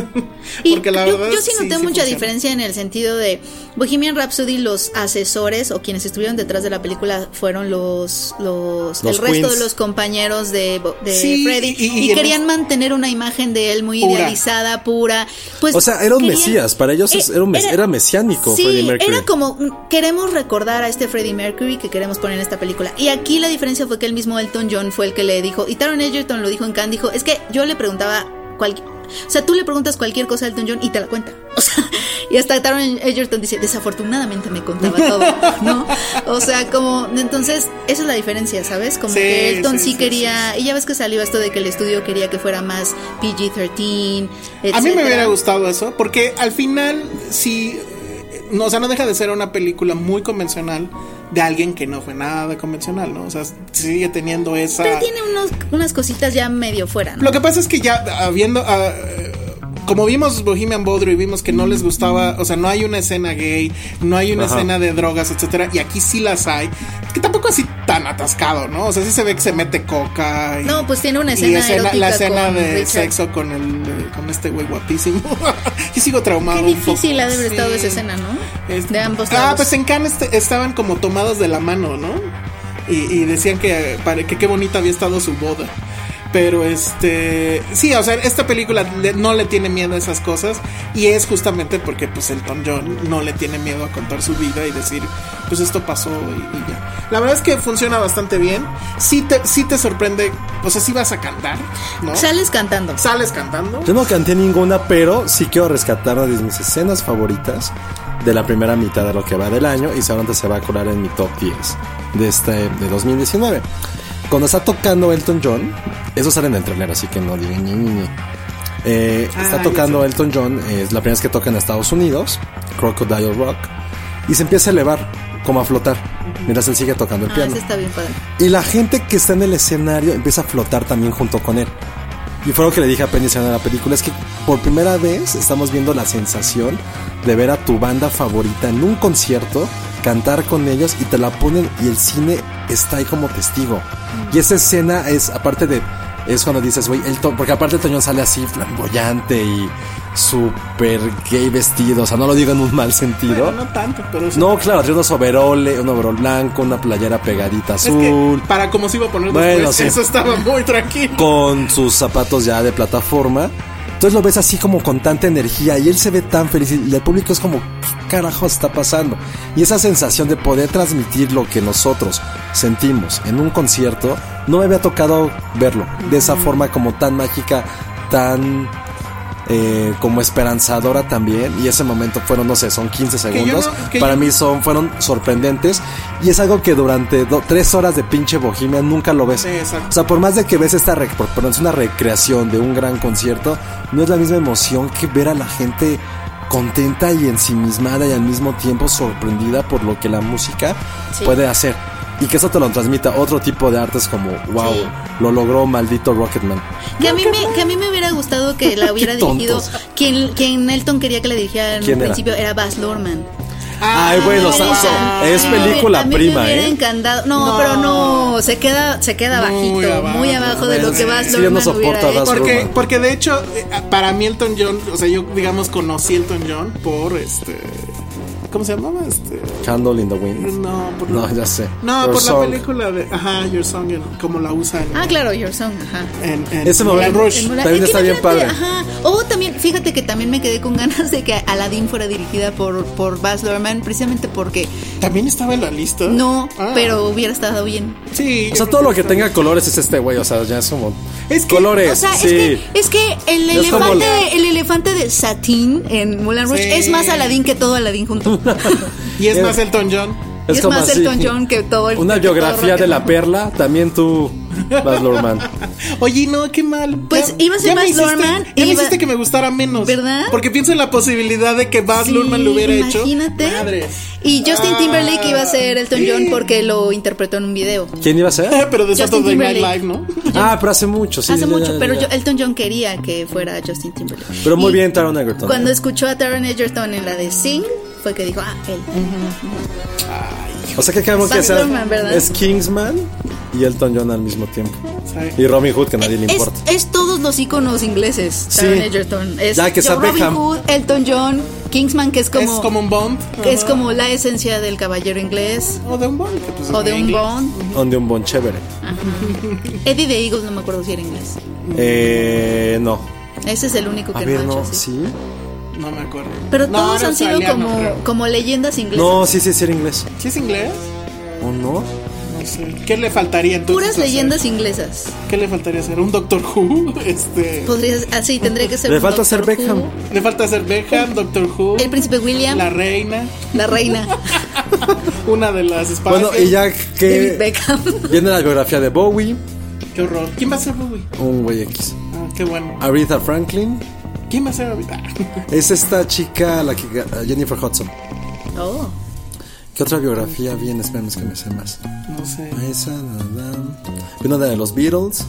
S2: Y
S3: Porque la
S2: yo,
S3: verdad
S2: yo sí
S3: sí,
S2: noté
S3: sí
S2: mucha
S3: funciona.
S2: diferencia en el sentido de Bohemian Rhapsody, los asesores o quienes estuvieron detrás de la película fueron los, los,
S4: Los
S2: el resto
S4: Queens.
S2: de los compañeros de, Bo- de
S3: Sí,
S2: Freddie
S3: y-
S2: y,
S3: y- y en
S2: querían
S3: es-
S2: mantener una imagen de él muy
S3: Pura.
S2: idealizada, pura. Pues,
S4: O sea, era un
S2: querían-
S4: mesías, para ellos es-
S2: Eh,
S4: era un mes- era mesiánico
S2: sí,
S4: Freddie Mercury.
S2: Era como mm, queremos recordar a este Freddie Mercury que queremos poner en esta película. Y aquí la diferencia fue que el mismo Elton John fue el que le dijo, y Taron Egerton lo dijo en Cannes, dijo, es que yo le preguntaba cual- O sea, tú le preguntas cualquier cosa a Elton John y te la cuenta. O sea, y hasta Taron Egerton dice, desafortunadamente me contaba todo, ¿no? O sea, como, entonces, esa es la diferencia, ¿sabes? Como
S3: Sí,
S2: que Elton
S3: sí,
S2: sí,
S3: sí,
S2: quería, y ya ves que salió esto de que el estudio quería que fuera más PG-13,
S3: A mí me
S2: etcétera.
S3: hubiera gustado eso, porque al final sí, eh, no, o sea, no deja de ser una película muy convencional de alguien que no fue nada convencional, ¿no? O sea, sigue teniendo esa...
S2: Pero tiene unos, unas cositas ya medio fuera, ¿no?
S3: Lo que pasa es que ya habiendo. ah, eh, como vimos Bohemian Bodrio y vimos que no les gustaba, o sea, no hay una escena gay, no hay una escena de drogas, etcétera, y aquí sí las hay, que tampoco así tan atascado, ¿no? O sea, sí se ve que se mete coca. Y,
S2: No, pues tiene una
S3: y
S2: escena
S3: la
S2: erótica
S3: escena
S2: con
S3: de
S2: Richard.
S3: sexo con el eh, con este güey guapísimo. Yo sigo traumado.
S2: Qué
S3: un poco.
S2: difícil ha de haber estado
S3: Sí.
S2: esa escena, ¿no?
S3: Este-
S2: de ambos
S3: Ah,
S2: lados.
S3: pues en Cannes te- estaban como tomados de la mano, ¿no? Y, y decían que, eh, pare- que qué bonita había estado su boda. Pero este, sí, o sea, esta película le- no le tiene miedo a esas cosas y es justamente porque pues Elton John no le tiene miedo a contar su vida y decir, pues esto pasó y, y ya. La verdad es que funciona bastante bien. Sí te, sí te sorprende, o sea, sí vas a cantar, ¿no?
S2: Sales cantando.
S3: Sales cantando.
S4: Yo no canté ninguna, pero sí quiero rescatar una de mis escenas favoritas de la primera mitad de lo que va del año y seguramente se va a colar en mi top 10 de este de 2019. Cuando está tocando Elton John, eso sale en el trailer, así que no digan ni ni ni. Eh,
S3: Ah,
S4: está
S3: ya
S4: tocando Elton John, es la primera vez que toca en Estados Unidos, Crocodile Rock, y se empieza a elevar, como a flotar, mientras él sigue tocando el
S2: Ah,
S4: piano.
S2: ese está bien padre.
S4: Y la gente que está en el escenario empieza a flotar también junto con él. Y fue lo que le dije a Penny en la película, es que por primera vez estamos viendo la sensación de ver a tu banda favorita en un concierto, cantar con ellos y te la ponen y el cine está ahí como testigo. Y esa escena es, aparte de, es cuando dices, güey, Elton, porque aparte el Toñón sale así flamboyante y súper gay vestido, o sea, no lo digo en un mal sentido.
S3: Bueno, no tanto, pero sí.
S4: No, claro, tiene unos overoles, un overol blanco, una playera pegadita
S3: Es que
S4: azul,
S3: para cómo se iba a poner
S4: Bueno,
S3: después,
S4: sí.
S3: eso estaba muy tranquilo.
S4: con sus zapatos ya de plataforma. Entonces lo ves así como con tanta energía y él se ve tan feliz y el público es como, ¿qué carajo está pasando? Y esa sensación de poder transmitir lo que nosotros sentimos en un concierto, no me había tocado verlo de esa forma como tan mágica, tan eh, como esperanzadora también. Y ese momento fueron, no sé, son 15 segundos.
S3: no- que
S4: Para
S3: yo-
S4: mí son, fueron sorprendentes. Y es algo que durante 3 tres horas de pinche bohemia nunca lo ves.
S3: Sí, exacto.
S4: O sea, por más de que ves esta rec- por- perdón, es una recreación de un gran concierto, no es la misma emoción que ver a la gente contenta y ensimismada y al mismo tiempo sorprendida por lo que la música
S2: Sí.
S4: puede hacer. Y que eso te lo transmita otro tipo de artes como, wow,
S2: Sí.
S4: lo logró maldito Rocketman.
S2: Que a, mí me, que a mí me hubiera gustado que la hubiera
S4: Qué tontos.
S2: dirigido. Quien, quien Elton quería que la dirigiera en
S4: ¿Quién
S2: un
S4: era?
S2: principio era Baz Luhrmann.
S3: Ah,
S4: Ay, bueno,
S2: Ay,
S4: sa- sa-
S2: ay,
S4: es
S2: me hubiera-
S4: película
S2: a mí me
S4: prima,
S2: hubiera
S4: ¿eh?
S2: encantado. No, pero no, se queda, se queda bajito,
S3: Muy
S2: muy abajo,
S3: abajo,
S2: de lo
S3: pues,
S2: que Baz
S4: sí, yo
S2: Luhrmann
S4: no soporto a
S2: hubiera
S4: Baz
S2: hecho.
S3: Porque,
S4: Luhrmann.
S3: porque de hecho, eh, para mí Elton John, o sea, yo digamos conocí a Elton John por este. ¿Cómo se llamaba? Este.
S4: Candle in the
S2: Mm,
S4: Wind.
S3: No, por
S4: No,
S3: la-
S4: ya sé.
S3: No,
S4: Your
S3: por
S4: Song.
S3: la película de. Ajá, Your Song, en- como la usan.
S2: Ah, claro, Your Song, ajá.
S3: En, en-
S4: Ese momento-
S3: en Rush.
S2: En Mulan-
S4: También
S2: es que
S4: está bien
S2: fíjate,
S4: padre.
S2: Ajá. O también, fíjate que también me quedé con ganas de que Aladdin fuera dirigida por, por Baz Luhrmann, precisamente porque
S3: También estaba en la lista.
S2: no,
S3: Ah,
S2: pero hubiera estado bien.
S3: Sí.
S4: O
S3: yo
S4: sea,
S3: creo
S4: todo lo que
S3: está bien.
S4: tenga colores es este güey, o sea, ya es como...
S3: Es que,
S4: colores,
S2: O sea,
S4: sí.
S2: es, que, es que el
S4: Es como
S2: elefante, el elefante de satín en Mulan Rouge
S3: Sí.
S2: es más Aladdin que todo Aladdin junto.
S3: Y es
S4: Eh,
S3: más Elton John.
S2: Y es más Elton John que todo el-
S4: Una
S2: que todo
S4: biografía de la
S2: Rocketman.
S4: perla, también tú, Baz Luhrmann.
S3: Oye, no, qué mal.
S2: Pues, iba a ser
S3: me
S2: Baz
S3: hiciste-
S2: Luhrmann,
S3: Ya me
S2: iba-
S3: hiciste que me gustara menos.
S2: ¿Verdad?
S3: Porque pienso en la posibilidad de que Baz
S2: Sí,
S3: Luhrmann lo hubiera hecho.
S2: Imagínate.
S3: Madres.
S2: Y Justin
S3: Ah.
S2: Timberlake iba a ser Elton John porque lo interpretó en un video.
S4: ¿Quién iba a ser?
S3: Pero de
S2: Justin
S3: Saturday Night
S2: Timberlake.
S3: Live, ¿no?
S4: Ah, pero hace mucho, sí.
S2: Hace
S4: ya,
S2: mucho,
S4: ya,
S2: pero
S4: ya.
S2: yo- Elton John quería que fuera Justin Timberlake.
S4: Pero muy
S2: Y
S4: bien, Taron Egerton.
S2: Cuando escuchó a Taron Egerton en la de Sing, fue que dijo, ah, él.
S4: O sea, que acabamos que
S2: Baz
S4: sea...
S2: Luhrmann, ¿verdad?
S4: Es Kingsman y Elton John al mismo tiempo.
S3: Sí.
S4: Y Robin Hood, que a nadie le
S2: Es,
S4: importa.
S2: es todos los iconos ingleses.
S4: Sí.
S2: Taron Egerton. Es
S4: Ya que sea
S2: John Robin
S4: Beckham.
S2: Hood, Elton John, Kingsman, que es como,
S3: es como un Bond.
S2: que es como la esencia del caballero inglés.
S3: O de un Bond. que, pues,
S2: O
S3: es
S2: de un
S3: inglés.
S2: Bond.
S4: Donde un bon chévere.
S2: Eddie de Eagles, no me acuerdo si era inglés.
S4: Eh, no.
S2: Ese es el único
S4: A
S2: Mm. que
S4: ver,
S2: no ha hecho
S4: no,
S2: así.
S4: sí.
S3: No me acuerdo.
S2: Pero
S3: No,
S2: todos
S3: era
S2: han sido
S3: australiano,
S2: como,
S3: creo.
S2: como leyendas inglesas.
S4: No, sí, sí, sí era inglés.
S3: ¿Sí es inglés?
S4: ¿O no?
S3: No sé. ¿Qué le faltaría entonces?
S2: Puras
S3: hacer?
S2: leyendas inglesas.
S3: ¿Qué le faltaría hacer? ¿Un Doctor Who? Este.
S2: Podrías, así tendría que ser.
S4: Le
S2: un
S4: falta ser
S2: Doctor
S4: Beckham.
S2: Who,
S3: Le falta hacer Beckham, Doctor Who.
S2: El príncipe William,
S3: La
S2: la,
S3: reina.
S2: reina,
S3: Una de las espadas.
S4: Bueno, y ya
S3: Eh.
S2: David
S4: que
S2: Beckham.
S4: viene la biografía de Bowie,
S3: Qué horror. ¿Quién va a ser Bowie?
S4: un güey X.
S3: Ah, qué bueno.
S4: Aretha Franklin
S3: ¿Quién va a ser Ah. ahorita?
S4: es esta chica, la que Jennifer Hudson.
S2: Oh,
S4: ¿Qué otra biografía viene? Esperemos que me sé más.
S3: No sé.
S4: Esa, na, na. Y una de los Beatles.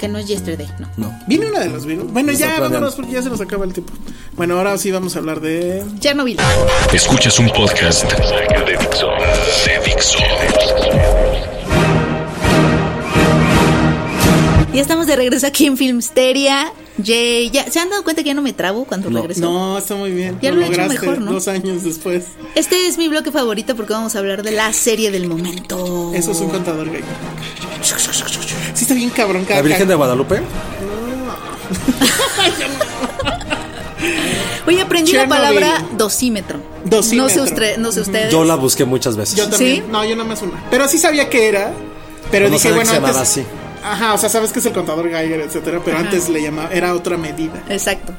S2: que no es yesterday, no.
S4: No.
S3: ¿Viene una de los virus? Bueno,
S4: Está
S3: ya
S4: planeando.
S3: vámonos porque ya se nos acaba el tiempo. Bueno, ahora sí vamos a hablar de.
S2: Chernobyl.
S5: Escuchas un podcast de Dixo. De Dixo.
S2: Ya estamos de regreso aquí en Filmsteria. Yay. Ya, ¿Se han dado cuenta que ya no me trabo cuando regreso?
S3: No, está muy bien.
S2: Ya lo he hecho mejor, ¿no?
S3: dos años después.
S2: Este es mi bloque favorito porque vamos a hablar de la serie del momento.
S3: Eso
S4: Oh.
S3: es un contador gay. Sí, está bien cabrón,
S4: La
S3: cada-
S4: Virgen de Guadalupe.
S2: Hoy aprendí la
S3: Chernobyl.
S2: palabra dosímetro.
S3: Dosímetro.
S2: No sé, usted, no sé ustedes.
S4: Yo la busqué muchas veces.
S3: Yo también.
S2: ¿Sí?
S3: No, yo nada más una. Pero sí sabía que era. Pero
S4: No
S3: dije,
S4: sabía que
S3: bueno,
S4: se
S3: antes.
S4: llamaba así.
S3: Ajá, o sea, sabes que es el contador Geiger, etcétera, pero antes le llamaba, era otra medida.
S2: Exacto.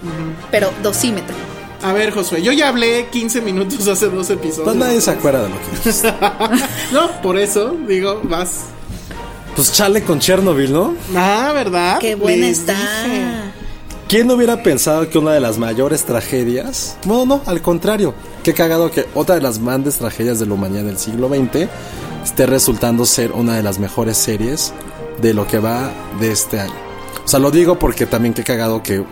S2: Pero dosímetro.
S3: A ver, Josué, yo ya hablé 15 minutos hace dos episodios.
S4: Pues nadie se acuerda de lo que es.
S3: no, por eso digo, vas.
S4: Pues chale con Chernobyl, ¿no?
S3: Ah, ¿verdad?
S2: Qué buena
S3: Les
S2: está.
S3: dije.
S4: ¿Quién hubiera pensado que una de las mayores tragedias? Bueno, no, al contrario. Qué cagado que otra de las grandes tragedias de la humanidad del siglo XX esté resultando ser una de las mejores series de lo que va de este año. O sea, lo digo porque también qué cagado que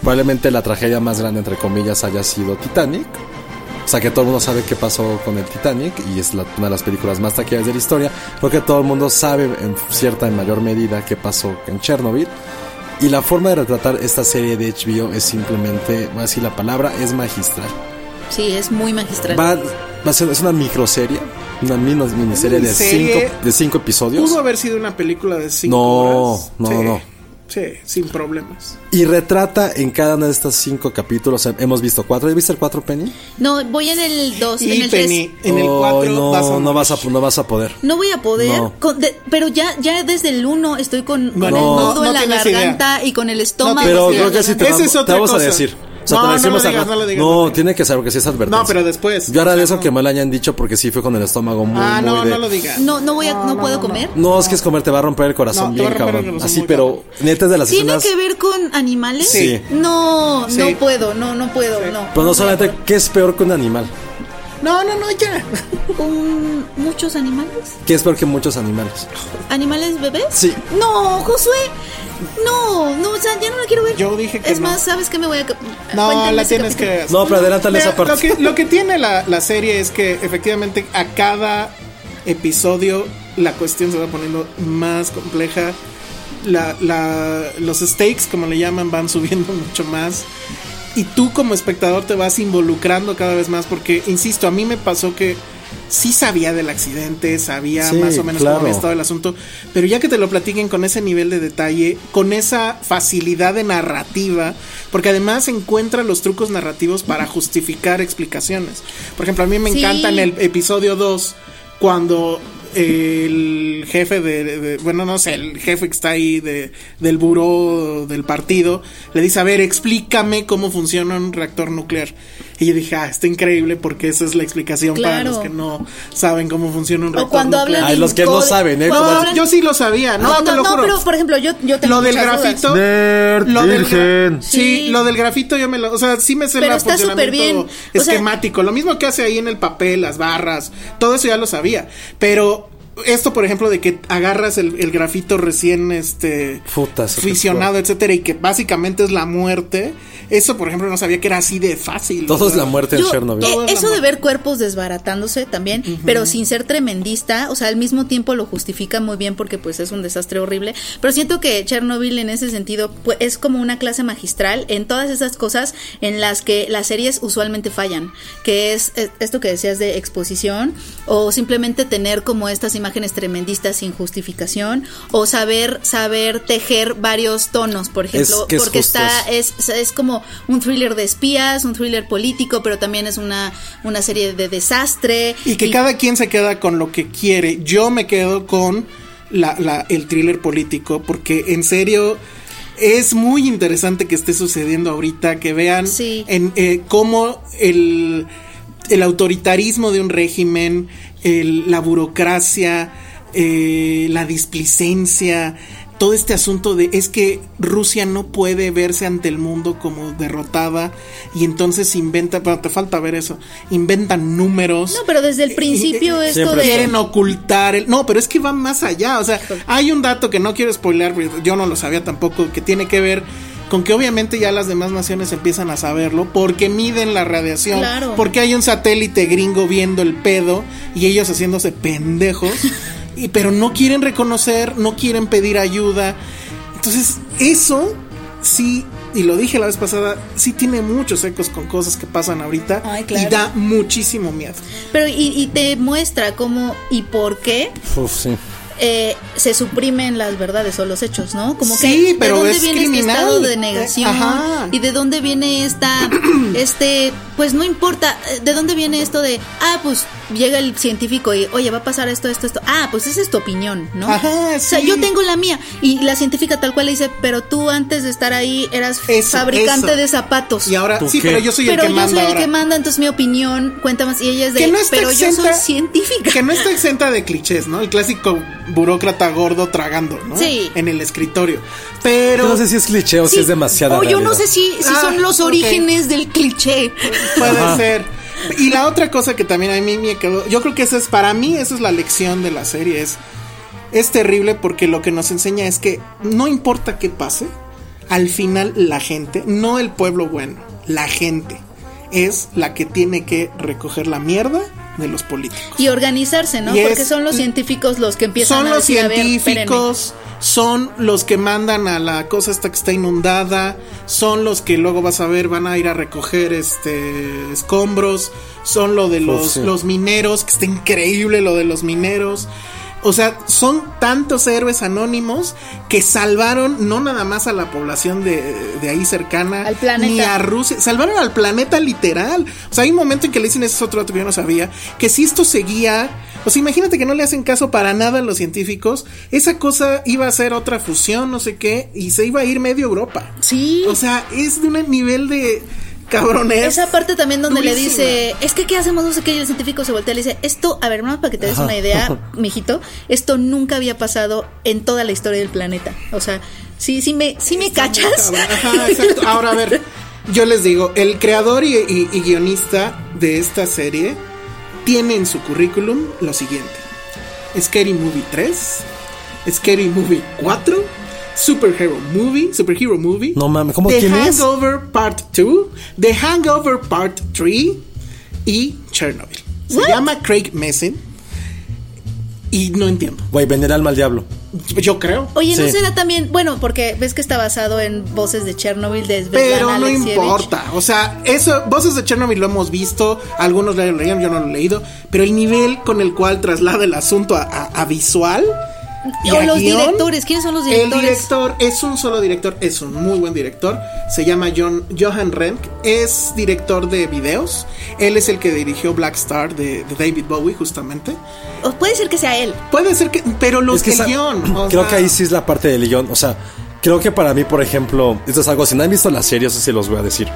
S4: probablemente la tragedia más grande, entre comillas, haya sido Titanic. O sea, que todo el mundo sabe qué pasó con el Titanic y es la- una de las películas más taquillas de la historia. Porque todo el mundo sabe en cierta y mayor medida qué pasó en Chernobyl. Y la forma de retratar esta serie de HBO es simplemente, voy a decir la palabra, es magistral.
S2: Sí, es muy magistral.
S4: Va, va a ser, es una microserie, una mini- miniserie de
S3: Miniserie.
S4: cinco, de cinco episodios.
S3: Pudo haber sido una película de cinco
S4: No,
S3: horas.
S4: no,
S3: Sí.
S4: no.
S3: Sí, sin problemas.
S4: Y retrata en cada uno de estos cinco capítulos. o sea, hemos visto cuatro. ¿Ya viste el cuatro, Penny?
S2: No, voy en el 2, en
S3: Y
S2: el 3.
S3: Penny, en el
S4: Oh,
S3: 4
S4: no,
S3: vas a
S4: no vas a,
S3: morir.
S4: no vas a poder.
S2: No voy a poder,
S4: No.
S2: con- de- pero ya, ya desde el 1 estoy con, con
S3: No,
S2: el
S3: no,
S2: nudo en
S3: no
S2: la
S3: tienes idea.
S2: garganta y con el estómago.
S3: tienes
S4: Pero
S3: Sí,
S4: creo que
S3: sí,
S4: así te,
S3: esa
S4: vamos-
S3: es
S4: te
S3: otra
S4: vamos
S3: cosa.
S4: a decir. O sea,
S3: No,
S4: te
S3: no lo
S4: decimos
S3: digas,
S4: acá.
S3: no lo digas,
S4: No,
S3: no lo digas.
S4: tiene que saber que sí es advertencia.
S3: No, pero después,
S4: Yo
S3: o sea,
S4: agradezco
S3: no.
S4: que me lo hayan dicho porque sí fue con el estómago muy,
S3: Ah,
S4: muy
S3: no,
S4: de-
S3: no lo digas.
S2: no, no voy a, no, puedo comer.
S4: No, es que es comer, te va a romper el corazón
S3: No, te
S4: bien,
S3: va a romper el
S4: cabrón.
S3: corazón
S4: Así,
S3: muy
S4: pero neta es de las
S2: ¿Tiene
S4: escenas.
S2: que ver con animales?
S4: Sí.
S2: No,
S3: Sí.
S2: no puedo, no, no puedo, no.
S4: Pero no solamente, ¿qué es peor que un animal?
S3: No, no, no, ya.
S2: ¿Con muchos animales?
S4: ¿Qué es peor que muchos animales?
S2: ¿Animales bebés?
S4: Sí.
S2: No, Josué. No, no, o sea, ya no la quiero ver.
S3: Yo dije que
S2: Es
S3: no.
S2: más, ¿sabes qué me voy a.?
S3: No,
S2: cuéntame
S3: la
S2: ese
S3: tienes que
S2: capítulo.
S3: ver.
S4: No, pero adelántale
S3: Mira,
S4: esa parte.
S3: Lo que, lo que tiene la, la serie es que efectivamente a cada episodio la cuestión se va poniendo más compleja. La- la- los stakes, como le llaman, van subiendo mucho más. Y tú como espectador te vas involucrando cada vez más porque, insisto, a mí me pasó que sí sabía del accidente, sabía
S4: Sí,
S3: más o menos
S4: claro.
S3: cómo había estado el asunto, pero ya que te lo platiquen con ese nivel de detalle, con esa facilidad de narrativa, porque además encuentra los trucos narrativos para justificar explicaciones. Por ejemplo, a mí me
S2: Sí.
S3: encanta en el episodio 2 cuando el jefe de, de- bueno no sé el jefe que está ahí de, del buró del partido le dice a ver explícame cómo funciona un reactor nuclear y yo dije ah está increíble porque esa es la explicación para
S2: Claro.
S3: los que no saben cómo funciona un reactor
S2: O cuando
S3: nuclear.
S2: hablan.
S4: Ay,
S2: de
S4: los que no
S2: incode-
S4: saben, ¿eh?
S2: cuando
S3: No,
S2: hablan-
S3: yo sí lo sabía, no,
S2: No,
S3: te
S2: no,
S3: lo
S2: no,
S3: juro.
S2: pero por ejemplo, yo, yo tengo
S3: lo del
S2: muchas dudas.
S3: grafito.
S4: Nerd,
S3: lo del gra-
S4: virgen.
S2: Sí.
S3: sí, lo del grafito yo me lo. O sea, sí me sé
S2: Pero
S3: el
S2: está súper bien.
S3: funcionamiento
S2: O sea-
S3: esquemático. lo mismo que hace ahí en el papel, las barras, todo eso ya lo sabía. Pero esto, por ejemplo, de que agarras el, el grafito recién este
S4: Puta, eso que
S3: aficionado, etcétera, y que básicamente es la muerte. Eso, por ejemplo, no sabía que era así de fácil.
S4: Todo
S3: o
S4: es
S3: sea.
S4: la muerte en
S2: Yo-
S4: Chernobyl.
S2: eh,
S3: Todo es la
S2: eso de
S3: muerte.
S2: ver cuerpos desbaratándose también, pero sin ser tremendista, o sea, al mismo tiempo lo justifica muy bien porque pues es un desastre horrible, pero siento que Chernobyl en ese sentido pues, es como una clase magistral en todas esas cosas en las que las series usualmente fallan, que es eh, esto que decías de exposición o simplemente tener como estas imágenes tremendistas sin justificación o saber saber tejer varios tonos, por ejemplo,
S4: que es
S2: porque
S4: justo
S2: está
S4: eso.
S2: es, es como un thriller de espías, un thriller político, pero también es una, una serie de desastre.
S3: Y que cada quien se queda con lo que quiere. Yo me quedo con la, la- el thriller político, porque en serio es muy interesante que esté sucediendo ahorita, que vean
S2: Sí.
S3: en, eh, cómo el, el autoritarismo de un régimen, el- la burocracia, eh, la displicencia. Todo este asunto de es que Rusia no puede verse ante el mundo como derrotada y entonces inventa, pero te falta ver eso, inventan números.
S2: No, pero desde el principio
S3: Eh, eh,
S2: esto
S4: siempre
S2: de...
S3: quieren ocultar el no pero es que va más allá o sea hay un dato que no quiero spoiler porque yo no lo sabía tampoco que tiene que ver con que obviamente ya las demás naciones empiezan a saberlo porque miden la radiación
S2: Claro.
S3: porque hay un satélite gringo viendo el pedo y ellos haciéndose pendejos y pero no quieren reconocer no quieren pedir ayuda entonces eso sí y lo dije la vez pasada, sí tiene muchos ecos con cosas que pasan ahorita
S2: Ay, claro.
S3: y da muchísimo miedo.
S2: Pero y, y te muestra cómo y por qué
S4: Uf, sí.
S2: eh, se suprimen las verdades o los hechos, ¿no? Como
S3: Sí,
S2: que de
S3: pero
S2: dónde
S3: es
S2: viene este
S3: criminal.
S2: estado de
S3: Eh,
S2: negación
S3: ajá.
S2: y de dónde viene esta, este, pues no importa, eh, de dónde viene esto de, ah, pues llega el científico y, oye, va a pasar esto, esto, esto, ah, pues esa es tu opinión, ¿no?
S3: Ajá,
S2: O sea,
S3: sí.
S2: yo tengo la mía y la científica tal cual le dice, pero tú antes de estar ahí eras
S3: Eso,
S2: fabricante
S3: eso.
S2: de zapatos.
S3: Y ahora,
S4: ¿Tú
S3: sí,
S4: qué?
S3: pero yo soy
S2: pero
S3: el que
S2: yo
S3: manda
S2: soy el
S3: ahora.
S2: que manda, entonces mi opinión cuenta más. Y ella es de,
S3: Que no está
S2: pero yo
S3: exenta-
S2: soy científica.
S3: Que no está exenta de clichés, ¿no? El clásico burócrata gordo tragando, ¿no?
S2: Sí.
S3: En el escritorio. Pero.
S4: Yo no sé si es cliché o si
S2: Sí.
S4: es demasiada
S2: O yo no
S4: realidad.
S2: sé si, si
S3: Ah,
S2: son los
S3: ok.
S2: orígenes del cliché.
S3: Puede
S4: Ajá.
S3: ser. Y la otra cosa que también a mí me quedó, yo creo que esa es, para mí, esa es la lección de la serie, es, es terrible porque lo que nos enseña es que no importa qué pase, al final la gente, no el pueblo bueno, la gente es la que tiene que recoger la mierda de los políticos.
S2: Y organizarse, ¿no?
S3: Y es-
S2: Porque son los científicos los que empiezan
S3: son
S2: a
S3: los
S2: decir, a ver,
S3: científicos, son los que mandan a la cosa esta que está inundada, son los que luego vas a ver van a ir a recoger este escombros, son lo de los,
S4: sí.
S3: los mineros, que está increíble lo de los mineros. o sea, son tantos héroes anónimos que salvaron no nada más a la población de, de ahí cercana,
S2: Al planeta.
S3: ni a Rusia, salvaron al planeta literal. O sea, hay un momento en que le dicen, ese es otro dato que yo no sabía, que si esto seguía, o sea, imagínate que no le hacen caso para nada a los científicos, esa cosa iba a ser otra fusión, no sé qué, y se iba a ir medio Europa.
S2: Sí.
S3: O sea, es de un nivel de cabrones.
S2: Esa parte también donde le
S3: durísima.
S2: dice, es que ¿qué hacemos? No sé qué, y el científico se voltea y le dice, esto, a ver, más para que te des una idea, mijito, esto nunca había pasado en toda la historia del planeta. O sea, sí, sí me, sí me cachas.
S3: Ajá, exacto. Ahora, a ver, yo les digo, el creador y, y- y guionista de esta serie tiene en su currículum lo siguiente. Scary Movie 3, Scary Movie 4, Superhero Movie, Superhero Movie.
S4: No mames, ¿cómo
S3: The
S4: quién es?
S3: Hangover Part 2, The Hangover Part 3 y Chernobyl. Se
S2: What?
S3: llama Craig Messin y no entiendo.
S4: Güey, vender alma al diablo.
S3: Yo creo.
S2: Oye, ¿no
S4: Sí.
S2: será también, bueno, porque ves que está basado en voces de Chernobyl de Svetlana
S3: Pero no
S2: Alexievich?
S3: importa. O sea, eso, voces de Chernobyl lo hemos visto, algunos lo han leído, yo no lo he leído, pero el nivel con el cual traslada el asunto a, a- a visual. y
S2: O
S3: a
S2: los
S3: guión,
S2: directores, ¿quiénes son los
S3: El
S2: directores?
S3: director es un solo director, es un muy buen director. Se llama John, Johan Renck, es director de videos. Él es el que dirigió Black Star de, de David Bowie, justamente.
S2: O puede ser que sea él.
S3: Puede ser que, pero los
S4: Es que
S3: que el
S4: esa-
S3: guión. o
S4: creo
S3: sea,
S4: que ahí sí es la parte del guión. O sea, creo que para mí, por ejemplo, esto es algo, si no han visto la serie, eso sí los voy a decir.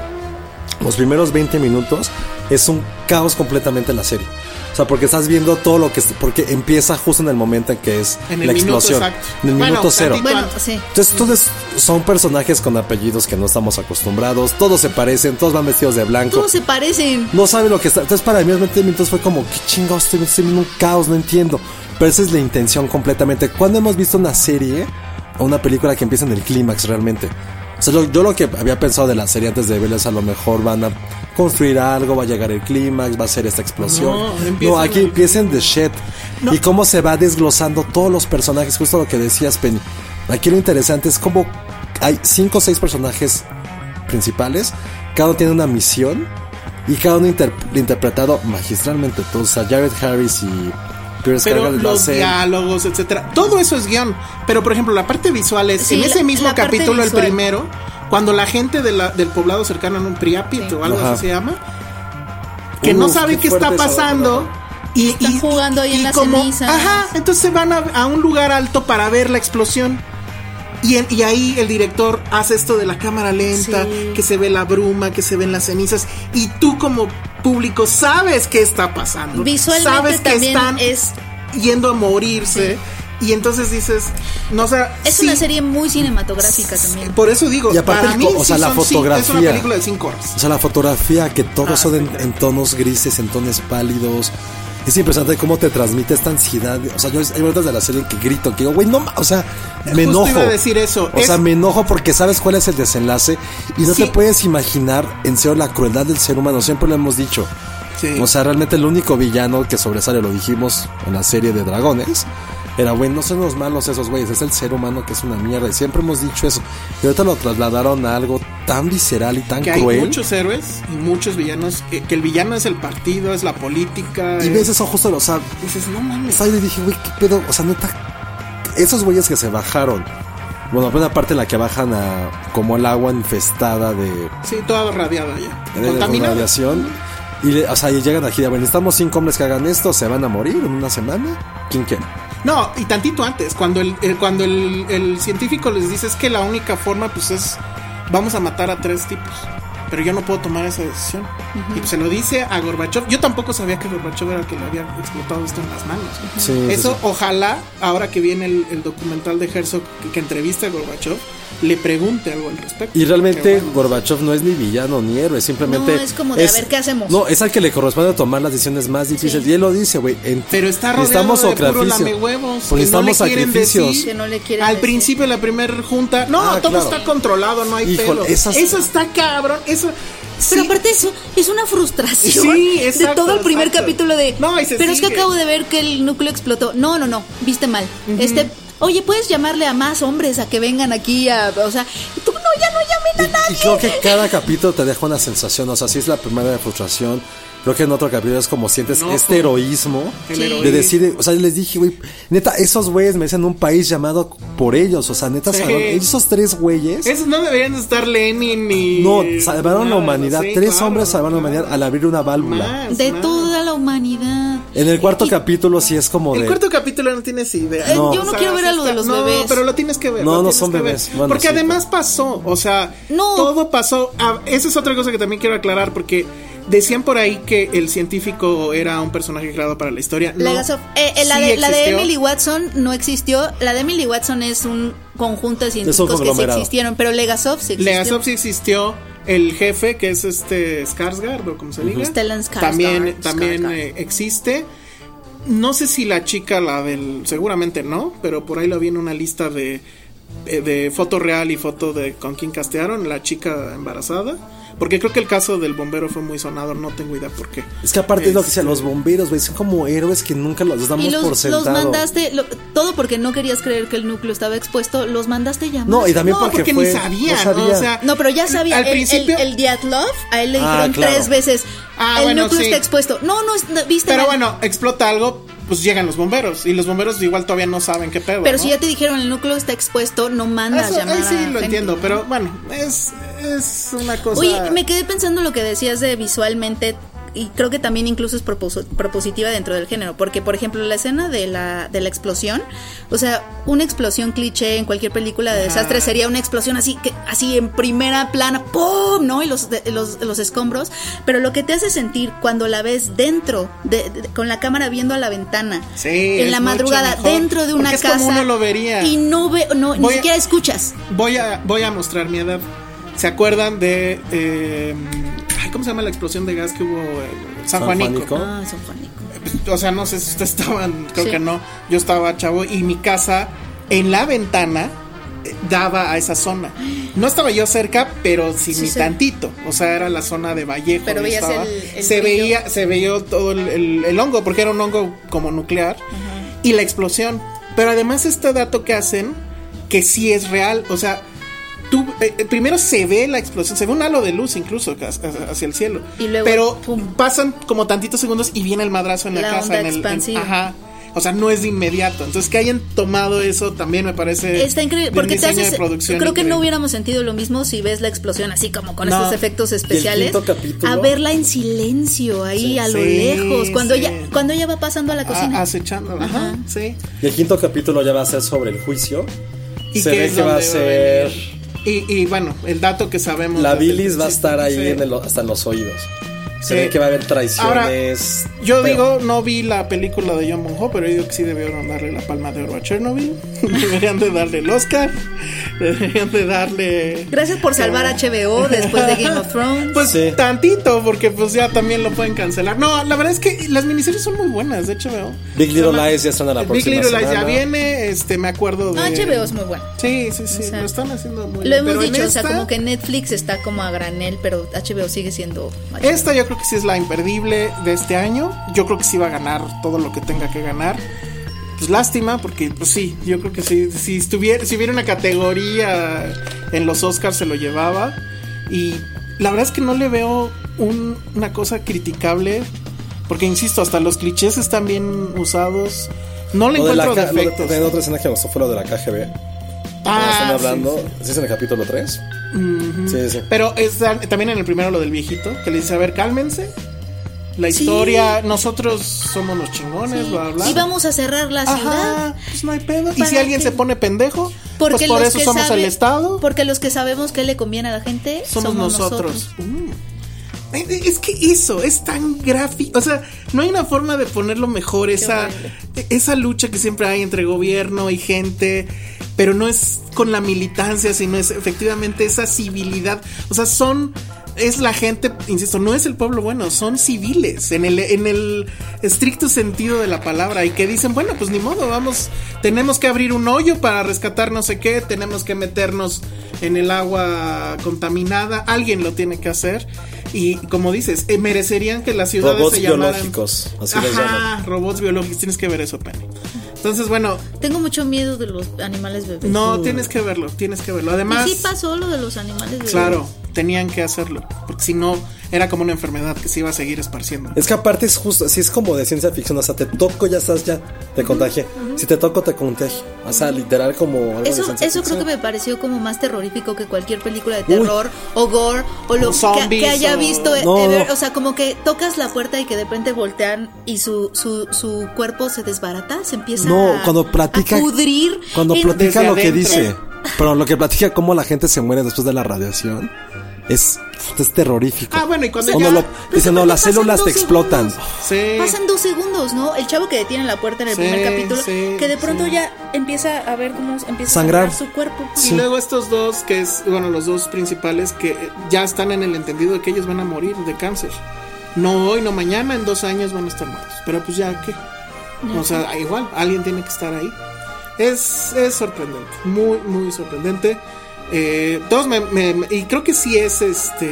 S4: Los primeros 20 minutos es un caos completamente la serie. O sea, porque estás viendo todo lo que... Porque empieza justo en el momento en que es
S3: En el
S4: la
S3: minuto
S4: explosión.
S3: exacto.
S4: En el
S3: Bueno,
S4: minuto cero.
S3: tantito
S2: Bueno,
S3: antes.
S2: sí.
S4: Entonces, todos son personajes con apellidos que no estamos acostumbrados. Todos se parecen, todos van vestidos de blanco.
S2: ¿Cómo se parecen?
S4: No sabe lo que está. Entonces, para mí, los 20 minutos fue como, qué chingados, estoy estoy viendo un caos, no entiendo. Pero esa es la intención completamente. Cuando hemos visto una serie o una película que empieza en el clímax realmente? O sea, yo, yo lo que había pensado de la serie antes de verla es a lo mejor van a construir algo, va a llegar el clímax, va a ser esta explosión.
S3: No,
S4: No,
S3: empiezan
S4: aquí
S3: en el
S4: empiecen de shit. Y cómo se va desglosando todos los personajes, justo lo que decías, Penny. Aquí lo interesante es cómo hay cinco o seis personajes principales, cada uno tiene una misión y cada uno inter- interpretado magistralmente. Todos, o sea, Jared Harris y Pierce
S3: pero
S4: Cargill lo
S3: los
S4: hacen.
S3: diálogos, etcétera. Todo eso es guión. Pero por ejemplo, la parte visual es
S2: Sí,
S3: en
S2: la-
S3: ese mismo
S2: la parte
S3: capítulo, el
S2: visual.
S3: primero, cuando la gente de la- del poblado cercano en un priapit o algo
S4: Ajá.
S3: así se llama, que
S4: Uf,
S3: no sabe qué,
S4: qué
S3: está
S4: fuerte esa
S3: pasando.
S4: onda.
S3: Y,
S2: Están
S3: y-
S2: jugando ahí en las cenizas.
S3: Ajá, entonces van a, a un lugar alto para ver la explosión. Y, en- y ahí el director hace esto de la cámara lenta,
S2: Sí.
S3: que se ve la bruma, que se ven las cenizas. Y tú como público sabes qué está pasando.
S2: Visualmente
S3: sabes que
S2: también
S3: están
S2: es-
S3: yendo a morirse. Y entonces dices, no o sea,
S2: Es
S3: sí,
S2: una serie muy cinematográfica también.
S3: Por eso digo,
S4: Y aparte
S3: para
S4: el
S3: mí,
S4: co- o sea,
S3: sí
S4: la
S3: son cin- es una
S4: fotografía.
S3: película de cinco horas.
S4: O sea, la fotografía, que todos
S3: Ah,
S4: son en,
S3: espectacular.
S4: en tonos grises, en tonos pálidos. Es impresionante cómo te transmite esta ansiedad. O sea, yo hay momentos de la serie en que grito, que digo, güey, no, ma-". o sea, me
S3: Justo
S4: enojo.
S3: iba a decir eso.
S4: O
S3: Es-
S4: sea, me enojo porque sabes cuál es el desenlace y no
S3: Sí.
S4: te puedes imaginar en serio la crueldad del ser humano. Siempre lo hemos dicho.
S3: Sí.
S4: O sea, realmente el único villano que sobresale, lo dijimos en la serie de dragones, era, güey, no son los malos esos güeyes, es el ser humano que es una mierda. Y siempre hemos dicho eso. Y ahorita lo trasladaron a algo tan visceral y tan
S3: que hay
S4: cruel.
S3: muchos héroes y muchos villanos, que, que el villano es el partido, es la política.
S4: Y
S3: es-
S4: ves eso justo, o sea,
S3: dices, no mames.
S4: estaba yo y dije, güey, qué pedo, o sea, neta, esos güeyes que se bajaron. Bueno, hay una parte en la que bajan a como el agua infestada de
S3: Sí, toda radiada ya.
S4: de
S3: Contaminada.
S4: radiación. Y, le- o sea, y llegan aquí, a ver, necesitamos cinco hombres que hagan esto, se van a morir en una semana. ¿Quién quiere?
S3: No, y tantito antes, cuando el, el- cuando el, el científico les dice es que la única forma pues es vamos a matar a tres tipos. Pero yo no puedo tomar esa decisión. Y pues, se lo dice a Gorbachev. Yo tampoco sabía que Gorbachev era el que le había explotado esto en las manos.
S4: Sí, sí,
S3: Eso,
S4: sí.
S3: ojalá, ahora que viene el, el documental de Herzog que, que entrevista a Gorbachev, le pregunte algo al respecto.
S4: Y realmente
S3: Pero bueno,
S4: Gorbachev no es ni villano ni héroe, simplemente.
S2: No, es como de, a ver, ¿qué hacemos?
S4: No, es al que le corresponde tomar las decisiones más difíciles.
S2: Sí.
S4: Y él lo dice, güey. en-
S3: Pero está rodeado
S4: necesitamos
S3: de puro
S4: sacrificio.
S3: lamehuevos.
S4: Porque
S3: que no le
S4: necesitamos
S3: quieren
S4: sacrificios.
S3: decir.
S2: Que no le quieren
S3: Al
S2: decir.
S3: principio de la primera junta. No,
S4: Ah,
S3: todo
S4: claro.
S3: está controlado, no hay
S4: Híjole,
S3: pelo.
S4: esas-
S3: Eso está cabrón. Eso.
S2: Pero
S3: sí.
S2: aparte es, es una frustración
S3: Sí, exacto,
S2: de todo el primer
S3: exacto.
S2: capítulo de...
S3: No, y se
S2: pero es que
S3: sigue.
S2: acabo de ver que el núcleo explotó. No, no, no, viste mal. Este... Oye, ¿puedes llamarle a más hombres a que vengan aquí a...? O sea, tú no, ya no llamen a
S4: Y
S2: nadie.
S4: creo que cada capítulo te deja una sensación, o sea, si es la primera de frustración, Creo que en otro capítulo es como sientes
S3: No,
S4: este heroísmo
S3: el
S2: Sí.
S4: de
S3: heroísmo.
S4: decir, o sea, yo les dije, güey, neta, esos güeyes me dicen un país llamado por ellos, o sea, neta,
S3: Sí.
S4: salvaron- esos tres güeyes.
S3: Esos no deberían estar Lenin ni.
S4: No, salvaron la
S3: nada,
S4: humanidad.
S3: sí,
S4: Tres
S3: claro,
S4: hombres salvaron la humanidad al abrir una válvula.
S3: Más,
S2: De
S3: más.
S2: toda la humanidad.
S4: En el cuarto
S2: Y-
S4: capítulo sí es como de...
S3: El cuarto capítulo no tienes idea.
S2: Eh, No. yo no quiero ver a lo de los
S3: no,
S2: bebés.
S3: pero lo tienes que ver.
S4: No,
S3: lo
S4: no
S3: tienes
S4: son
S3: que ver.
S4: bebés. Bueno,
S3: porque
S4: sí,
S3: además pasó, o sea,
S2: No.
S3: todo pasó. Ah, esa es otra cosa que también quiero aclarar, porque decían por ahí que el científico era un personaje creado para la historia. No,
S2: Legacy of- eh, eh, la,
S3: Sí
S2: de, la de
S3: existió.
S2: Emily Watson no existió. La de Emily Watson es un conjunto de científicos que sí
S4: conglomerado.
S2: existieron, pero Legasov sí existió.
S3: Legasov sí existió. El jefe, que es este Skarsgård, o como se diga.
S2: Stellan Skarsgård,
S3: También, también
S2: Skarsgård.
S3: eh, existe. No sé si la chica, la del. Seguramente no, pero por ahí lo vi en una lista de. eh, De foto real y foto de con quién castearon, la chica embarazada. Porque creo que el caso del bombero fue muy sonado, no tengo idea por qué.
S4: Es que aparte es lo que
S3: Este,
S4: dicen los bomberos, güey, son como héroes que nunca los damos
S2: Y
S4: por
S2: los, los
S4: sentado.
S2: mandaste, lo- todo porque no querías creer que el núcleo estaba expuesto, los mandaste llamar.
S4: No, y también
S3: No,
S4: porque,
S3: porque,
S4: fue,
S3: ni sabía,
S4: no sabía.
S3: O sea,
S2: No, pero ya sabía,
S3: Al
S2: el,
S3: principio.
S2: el, el Dyatlov, a él le
S4: Ah,
S2: dijeron
S4: claro.
S2: tres veces,
S3: Ah,
S2: el
S3: bueno,
S2: núcleo
S3: sí.
S2: está expuesto. No, no, es- no, viste.
S3: pero
S2: la-
S3: bueno, explota algo, pues llegan los bomberos. Y los bomberos igual todavía no saben qué pedo.
S2: Pero
S3: ¿no?
S2: si ya te dijeron el núcleo está expuesto, no mandas
S3: Eso,
S2: llamar.
S3: ahí sí
S2: a
S3: lo
S2: gente.
S3: entiendo, pero bueno, es, es una cosa.
S2: Oye, me quedé pensando lo que decías de visualmente y creo que también incluso es propos- propositiva dentro del género, porque por ejemplo la escena de la, de la explosión, o sea, una explosión cliché en cualquier película de desastre sería una explosión así que así en primera plana, ¡pum! ¿no? Y los, de- los, los escombros, pero lo que te hace sentir cuando la ves dentro, de- de- con la cámara viendo a la ventana,
S3: Sí,
S2: en
S3: es
S2: la
S3: mucho
S2: madrugada,
S3: mejor,
S2: dentro de una
S3: porque es
S2: casa,
S3: como uno lo vería.
S2: y no ve, no, ni
S3: Voy a-
S2: siquiera escuchas.
S3: Voy a, voy a mostrar mi edad. ¿Se acuerdan de. eh, ay, ¿Cómo se llama la explosión de gas que hubo? en San,
S4: San
S3: Juanico.
S4: Juanico.
S2: Ah, son Juanico.
S3: O sea, no sé si ustedes estaban, creo
S2: Sí.
S3: que no. Yo estaba chavo y mi casa en la ventana eh, daba a esa zona. No estaba yo cerca, pero sí,
S2: Sí,
S3: ni
S2: sí.
S3: tantito. O sea, era la zona de Vallejo.
S2: Pero
S3: yo
S2: veías
S3: estaba.
S2: el- el
S3: se
S2: brillo.
S3: veía, se veía todo el, el- el hongo, porque era un hongo como nuclear. Y la explosión. Pero además este dato que hacen, que sí es real. O sea, tú eh, eh, primero se ve la explosión, se ve un halo de luz incluso ca- hacia el cielo.
S2: Y luego,
S3: pero
S2: pum.
S3: pasan como tantitos segundos y viene el madrazo en la,
S2: La
S3: casa.
S2: onda
S3: en el, en-
S2: expansiva.
S3: ajá. O sea, no es de inmediato. Entonces, que hayan tomado eso también me parece.
S2: Está increíble,
S3: de un
S2: porque te
S3: diseño de
S2: haces. Creo
S3: producción
S2: que no
S3: increíble.
S2: hubiéramos sentido lo mismo si ves la explosión así como con
S4: No.
S2: estos efectos
S4: Y el
S2: especiales.
S4: quinto capítulo.
S2: A verla en silencio, ahí a lo
S3: Sí,
S2: lejos, cuando
S3: sí. Ah,
S2: ella, cuando ella va pasando a la cocina.
S3: A- acechando. Ajá,
S2: Ajá.
S3: sí.
S4: Y el quinto capítulo ya va a ser sobre el juicio. Se
S3: que
S4: ve
S3: es
S4: que va a
S3: donde
S4: ser...
S3: venir. Y, y, bueno, el dato que sabemos.
S4: La
S3: desde el
S4: bilis va a
S3: principio,
S4: estar ahí
S3: sí.
S4: en el- hasta en los oídos. Se
S3: Sí.
S4: ve que va a haber traiciones.
S3: Ahora,
S4: Pero-
S3: yo digo, no vi la película de John Monjo, pero yo digo que sí debieron darle la palma de oro a Chernobyl. deberían de darle el Oscar. Deberían de darle.
S2: Gracias por salvar a HBO después de Game of Thrones.
S3: Pues
S4: Sí.
S3: tantito, porque pues ya también lo pueden cancelar. No, la verdad es que las miniseries son muy buenas, de HBO.
S4: Big Little
S3: Se llama-
S4: Lies ya están a la
S3: Big
S4: próxima
S3: Little Lies ya
S4: semana.
S3: viene, este, me acuerdo de...
S2: No, HBO es muy bueno.
S3: Sí, sí, sí,
S2: O sea,
S3: lo están haciendo muy
S2: Lo
S3: bien.
S2: hemos
S3: pero en
S2: dicho, o sea,
S3: esta-
S2: como que Netflix está como a granel, pero HBO sigue siendo. HBO.
S3: Esta yo creo que sí es la imperdible de este año. Yo creo que sí va a ganar todo lo que tenga que ganar. Pues lástima, porque pues sí, yo creo que sí, si estuviera, si hubiera una categoría en los Oscars se lo llevaba. Y la verdad es que no le veo un- una cosa criticable, porque insisto, hasta los clichés están bien usados. No le
S4: Lo de la
S3: encuentro
S4: ca- lo de-
S3: defectos.
S4: de otra escena que me gustó fue lo de la KGB.
S3: Ah,
S4: están
S3: sí,
S4: hablando. ¿Sí es en el capítulo 3? Sí, sí.
S3: Pero es da- también en el primero lo del viejito, que le dice, a ver, cálmense. La
S2: Sí.
S3: historia, nosotros somos los chingones,
S2: Sí.
S3: bla, bla, bla.
S2: Y vamos a cerrar la
S3: Ajá,
S2: ciudad.
S3: pues no hay pedo. Y
S2: ¿Para
S3: si alguien
S2: qué?
S3: se pone pendejo,
S2: Porque
S3: pues por
S2: los
S3: eso
S2: que
S3: somos
S2: sabe-
S3: el Estado,
S2: Porque los que sabemos qué le conviene a la gente
S3: somos, nosotros. Mm. Eh, eh, Es que eso es tan gráfico. O sea, no hay una forma de ponerlo mejor. Esa,
S2: horrible.
S3: eh, esa lucha que siempre hay entre gobierno y gente. Pero no es con la militancia, sino es efectivamente esa civilidad. O sea, son. Es la gente, insisto, no es el pueblo bueno, son civiles en el, en el estricto sentido de la palabra y que dicen, bueno, pues ni modo, vamos, tenemos que abrir un hoyo para rescatar no sé qué, tenemos que meternos en el agua contaminada, alguien lo tiene que hacer y como dices, eh, merecerían que la ciudad ciudades
S4: Robots
S3: se llamaran-
S4: biológicos, así
S3: Ajá,
S4: los llaman.
S3: robots biológicos, tienes que ver eso, Penny. Entonces, bueno,
S2: Tengo mucho miedo de los animales bebés.
S3: no, tienes que verlo, tienes que verlo. Además,
S2: Y sí pasó lo de los animales bebés.
S3: claro, tenían que hacerlo, porque si no era como una enfermedad que se iba a seguir esparciendo.
S6: Es que aparte es justo, si es como de ciencia ficción, o sea, te toco, ya estás, ya te contagié. Si te toco, te contagio. O sea, literal como algo de
S2: Eso,
S6: ciencia
S2: eso creo que
S6: ficción.
S2: me pareció como más terrorífico que cualquier película de terror o gore o lo que- que,
S3: O zombies,
S2: haya
S3: o-
S2: visto. e-
S6: No,
S2: ever.
S6: no.
S2: O sea, como que tocas la puerta y que de repente voltean y su, su, su cuerpo se desbarata, se empieza
S4: No,
S2: a,
S4: cuando platica-
S2: a pudrir.
S4: Cuando
S2: en-
S4: platica
S3: desde
S4: lo que
S3: adentro.
S4: dice, pero lo que platica cómo la gente se muere después de la radiación es, es terrorífico.
S3: Ah, bueno, y cuando
S4: Cuando
S3: ya-
S4: lo-
S3: Pero
S4: dice,
S2: eso
S4: no,
S2: te
S4: las
S2: pasa en
S4: células
S2: dos
S4: te explotan.
S2: segundos.
S3: Sí.
S2: Pasan dos segundos, ¿no? El chavo que detiene la puerta en el
S3: Sí,
S2: primer capítulo,
S3: sí,
S2: que de pronto
S3: sí.
S2: ya empieza a ver cómo empieza
S4: Sangrar.
S2: a sangrar su cuerpo.
S3: Y luego estos dos, que es, bueno, los dos principales que eh, ya están en el entendido de que ellos van a morir de cáncer. No hoy, no mañana, en dos años van a estar muertos. Pero pues ya, ¿qué? O sea, igual, alguien tiene que estar ahí. Es, es sorprendente, muy, muy sorprendente. Eh, todos me, me- me- y creo que sí es este.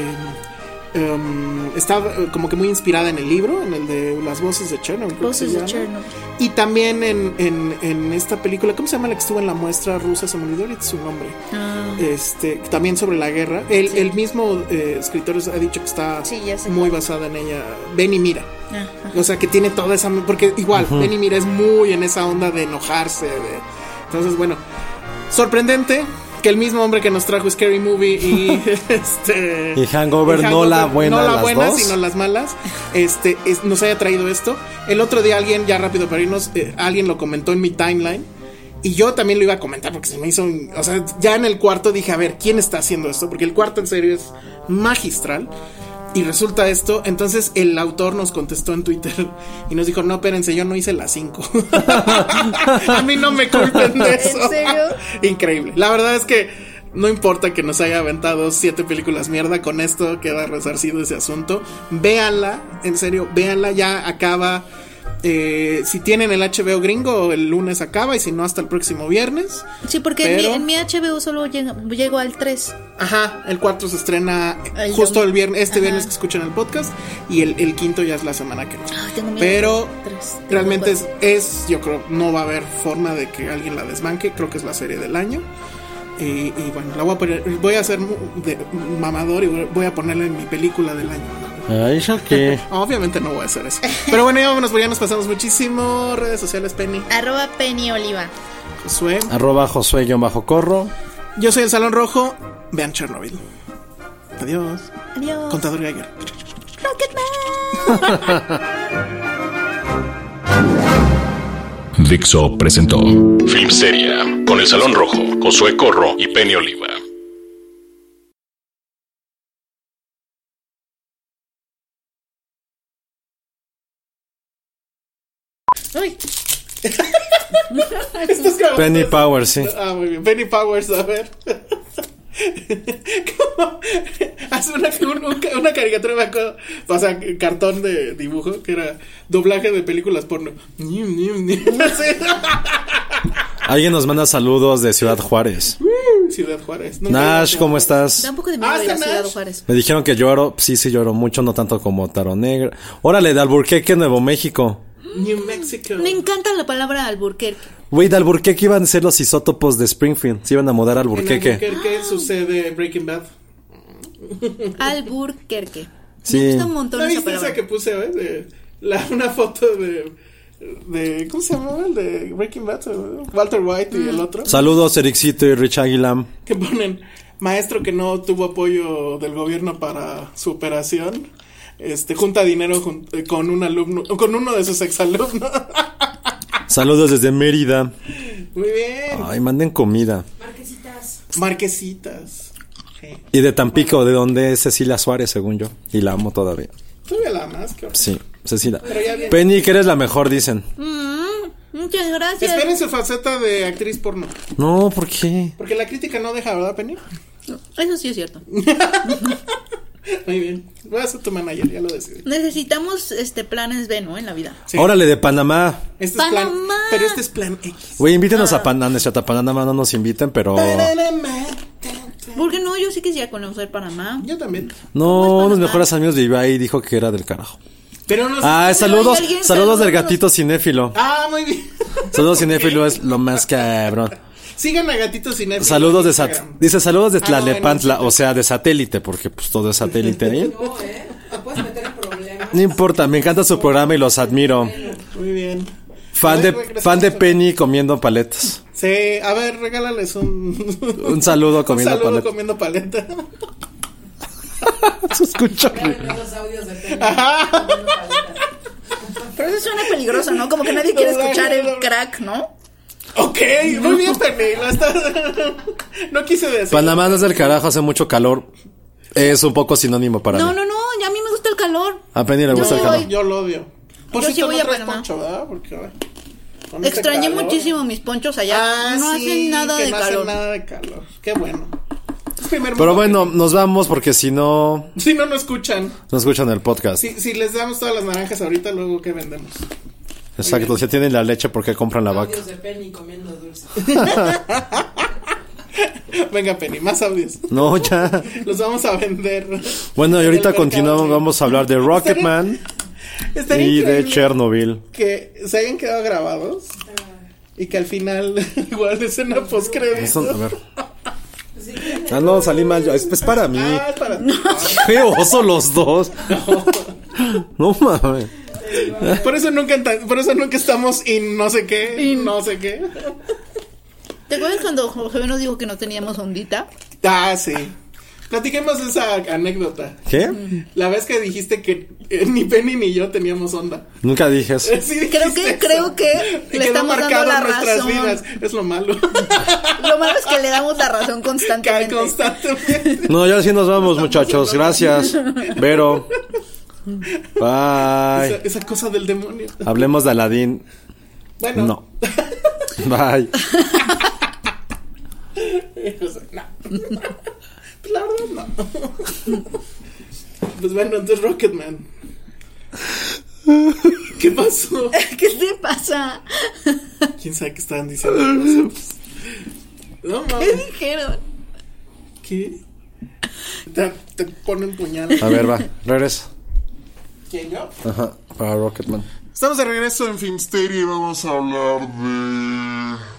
S3: em, está eh, como que muy inspirada en el libro, en el de las voces de Chernobyl. creo que se
S2: Voces de
S3: llama.
S2: Chernobyl.
S3: Y también en, en, en esta película, ¿cómo se llama la que estuvo en la muestra rusa? Se me olvidó ahorita su nombre.
S2: Ah,
S3: Este, también sobre la guerra. El, el mismo eh, escritor ha dicho que está
S2: Sí, ya sé
S3: muy
S2: cuál.
S3: basada en ella. Ven y mira. O sea, que tiene toda esa. Porque igual, Ven y mira es muy en esa onda de enojarse. de- entonces, bueno, sorprendente que el mismo hombre que nos trajo Scary Movie y este
S4: Y Hangover, no la buena,
S3: no la
S4: las
S3: buena,
S4: dos.
S3: sino las malas este es- nos haya traído esto el otro día alguien ya rápido para irnos eh, alguien lo comentó en mi timeline y yo también lo iba a comentar porque se me hizo un- o sea ya en el cuarto dije a ver quién está haciendo esto porque el cuarto en serio es magistral y resulta esto, entonces el autor nos contestó en Twitter y nos dijo, no, espérense, yo no hice las 5. a mí no me culpen de eso.
S2: ¿En serio?
S3: Increíble. La verdad es que no importa que nos haya aventado siete películas mierda, con esto queda resarcido ese asunto. Véanla, en serio, véanla, ya acaba. eh, si tienen el HBO gringo, el lunes acaba y si no, hasta el próximo viernes.
S2: Sí, porque en mi-
S3: Pero-
S2: en, mi, HBO solo llega- llego al 3.
S3: Ajá, el cuarto se estrena
S2: El
S3: justo
S2: domingo.
S3: el viernes, este
S2: Ajá.
S3: viernes que escuchan el podcast y el, el quinto ya es la semana que no.
S2: Ay, tengo miedo.
S3: Pero
S2: Tres, tengo
S3: realmente es,
S2: cuatro.
S3: es, yo creo, no va a haber forma de que alguien la desbanque, creo que es la serie del año. Y, y bueno, la voy a poner, voy a ser mu- de- mamador y voy a ponerla en mi película del año.
S4: Ay, ya que.
S3: Obviamente no voy a hacer eso. Pero bueno, ya vámonos, porque ya nos pasamos muchísimo. Redes sociales, Penny,
S2: Arroba Penny Oliva.
S3: Josué.
S4: Arroba Josué-corro.
S3: Yo soy el Salón Rojo, vean Chernobyl. Adiós.
S2: Adiós.
S3: Contador Geiger.
S5: Dixo presentó Filmsteria con el Salón Rojo, Josué Corro y Penny Oliva.
S2: Uy.
S4: Penny Power, sí.
S3: Ah, muy bien. Benny Powers, a ver. ¿Cómo? Hace una, un- una caricatura, me acuerdo, o sea, cartón de dibujo, que era doblaje de películas porno. Nium, nium, nium.
S4: Alguien nos manda saludos de Ciudad Juárez.
S3: Sí. Ciudad Juárez. Nunca
S4: Nash,
S3: iba a-
S4: ¿cómo estás?
S2: Da un poco de miedo
S3: Ah,
S2: ir a
S3: está
S2: Ciudad
S3: Nash.
S2: Juárez.
S4: Me dijeron que lloro. Sí, sí, lloro mucho, no tanto como Taro Negro. Órale, de Alburqueque, Nuevo México.
S3: New Mexico.
S2: Me encanta la palabra alburquerque.
S4: Güey, de Alburqueque iban a ser los isótopos de Springfield. Se iban a mudar a
S3: En
S4: Alburqueque.
S3: Albuquerque sucede Breaking Bad.
S2: Alburquerque.
S4: Sí.
S2: Me gusta un montón
S3: ¿No
S2: esa
S3: viste
S2: palabra.
S3: esa que puse, eh? De- la- una foto de, de. ¿Cómo se llamaba el de Breaking Bad? Walter White y el otro.
S4: Saludos, Ericito y Rich Aguilam.
S3: que ponen maestro que no tuvo apoyo del gobierno para su operación. Este, junta dinero jun- eh, con un alumno, con uno de sus exalumnos.
S4: Saludos desde Mérida.
S3: Muy bien.
S4: Ay, manden comida.
S3: Marquesitas. Sí.
S4: Y de Tampico, de donde es Cecilia Suárez, según yo. Y la amo todavía.
S3: Tuve la más que-
S4: Sí, Cecilia.
S3: ya viene.
S4: Penny, que eres la mejor, dicen.
S2: Mm, Muchas gracias.
S3: Esperen su faceta de actriz porno.
S4: No, ¿por qué?
S3: Porque la crítica no deja, ¿verdad, Penny?
S2: Eso sí es cierto.
S3: Muy bien. Voy a ser tu manager, ya lo decidí.
S2: Necesitamos este planes B, ¿no? En la vida.
S3: Sí.
S4: Órale, de Panamá.
S3: Este es plan.
S2: Panamá.
S3: Pero este es plan X.
S4: Güey, invítenos a Panamá. No, a Panamá no nos inviten, pero.
S3: Ah. Panamá.
S2: Porque no, yo sí quisiera conocer Panamá.
S3: Yo también.
S4: No, uno de mis
S2: Panamá?
S4: mejores amigos vivió ahí y dijo que era del carajo.
S3: Pero no
S4: Ah, saludos,
S2: alguien,
S4: saludos del
S2: saludos.
S4: gatito cinéfilo.
S3: Ah, muy bien.
S4: Saludos cinéfilo es lo más cabrón.
S3: Sigan a Gatitos Cinéfilos.
S4: Saludos de
S3: Instagram.
S4: Sat dice saludos de
S3: Ah, no,
S4: Tlalepantla,
S3: bueno,
S4: o sea, de satélite, porque pues todo es satélite ahí.
S7: No, ¿eh? Te puedes meter en problemas.
S4: No importa, me encanta su programa y los admiro.
S3: Muy bien.
S4: Fan de,
S3: Ay, regresamos
S4: fan de
S3: a-
S4: Penny comiendo paletas.
S3: Sí, a ver, regálales un.
S4: Un saludo comiendo
S3: un saludo
S4: paleta.
S3: comiendo paleta.
S4: Se escucha horrible.
S7: Vean los audios de Penny.
S2: Pero eso suena peligroso, ¿no? Como que nadie quiere escuchar el crack, ¿no?
S3: ok, muy bien, Penny. lo estás- no quise decir.
S4: Panamá no es del carajo, hace mucho calor. Es un poco sinónimo para
S2: No,
S4: mí.
S2: no, no, ya a mí Ah, me gusta el calor.
S4: A Penny le
S2: Yo
S4: gusta el
S2: sí
S4: calor.
S2: voy.
S3: Yo lo odio. Por
S2: Yo sí
S3: cierto,
S2: voy
S3: no
S2: a
S3: traes
S2: Panamá.
S3: poncho, ¿verdad? Porque ahora, con este
S2: Extrañé
S3: calor-
S2: muchísimo mis ponchos allá.
S3: Ah,
S2: no
S3: sí,
S2: hacen nada
S3: que
S2: de
S3: no
S2: calor.
S3: hacen nada de calor. Qué bueno. Es primer
S4: Pero
S3: mundo.
S4: bueno, nos vamos porque si no,
S3: Si no, no escuchan.
S4: no escuchan el podcast.
S3: Si, si les damos todas las naranjas ahorita, luego ¿qué vendemos?
S4: Exacto, ya tienen la leche porque compran la vaca.
S7: Audios de Penny comiendo dulce.
S3: Venga, Penny, más audios.
S4: No, ya.
S3: Los vamos a vender.
S4: Bueno, y ahorita
S3: El mercado,
S4: continuamos,
S3: sí.
S4: vamos a hablar de Rocketman
S3: Estaría
S4: y de
S3: increíble
S4: Chernobyl.
S3: que se hayan quedado grabados y que al final igual escena post
S4: Eso, a ver.
S6: Ah, no, salí mal. yo. Es, es para mí.
S3: Ah, es para
S4: ¡Qué oso los dos! No mames.
S3: Por eso nunca enta- por eso nunca estamos in no sé qué, in no sé qué.
S2: ¿Te acuerdas cuando José nos dijo que no teníamos ondita?
S3: Ah, sí. Platiquemos esa anécdota.
S4: ¿Qué?
S3: La vez que dijiste que eh, ni Penny ni yo teníamos onda.
S4: Nunca dije eso.
S3: Sí dijiste
S2: Creo que-
S3: eso.
S2: creo que
S3: Y
S2: le
S3: quedó
S2: estamos dando
S3: marcado en
S2: la
S3: nuestras
S2: razón.
S3: vidas. Es lo malo.
S2: Lo malo es que le damos la razón
S3: Cae
S2: constantemente.
S3: constantemente.
S4: No, ya sí nos vamos, muchachos. Gracias. Vero.
S3: Esa,
S4: Bye.
S3: esa cosa del demonio.
S4: Hablemos de Aladdin.
S3: Bueno.
S4: No. Bye.
S3: O sea, no. Pues la verdad, no. Pues bueno, entonces Rocketman. ¿Qué pasó?
S2: ¿Qué te pasa?
S3: ¿Quién sabe qué estaban diciendo? No
S2: ¿Qué
S3: mames.
S2: dijeron?
S3: ¿Qué? Te, te ponen puñal.
S4: A ver, va. Regresa.
S3: ¿Quién yo?
S4: Ajá. Para Rocketman.
S3: Estamos de regreso en Filmsteria y vamos a hablar de.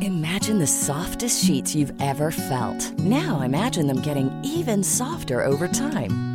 S8: Imagine the softest sheets you've ever felt. Now imagine them getting even softer over time.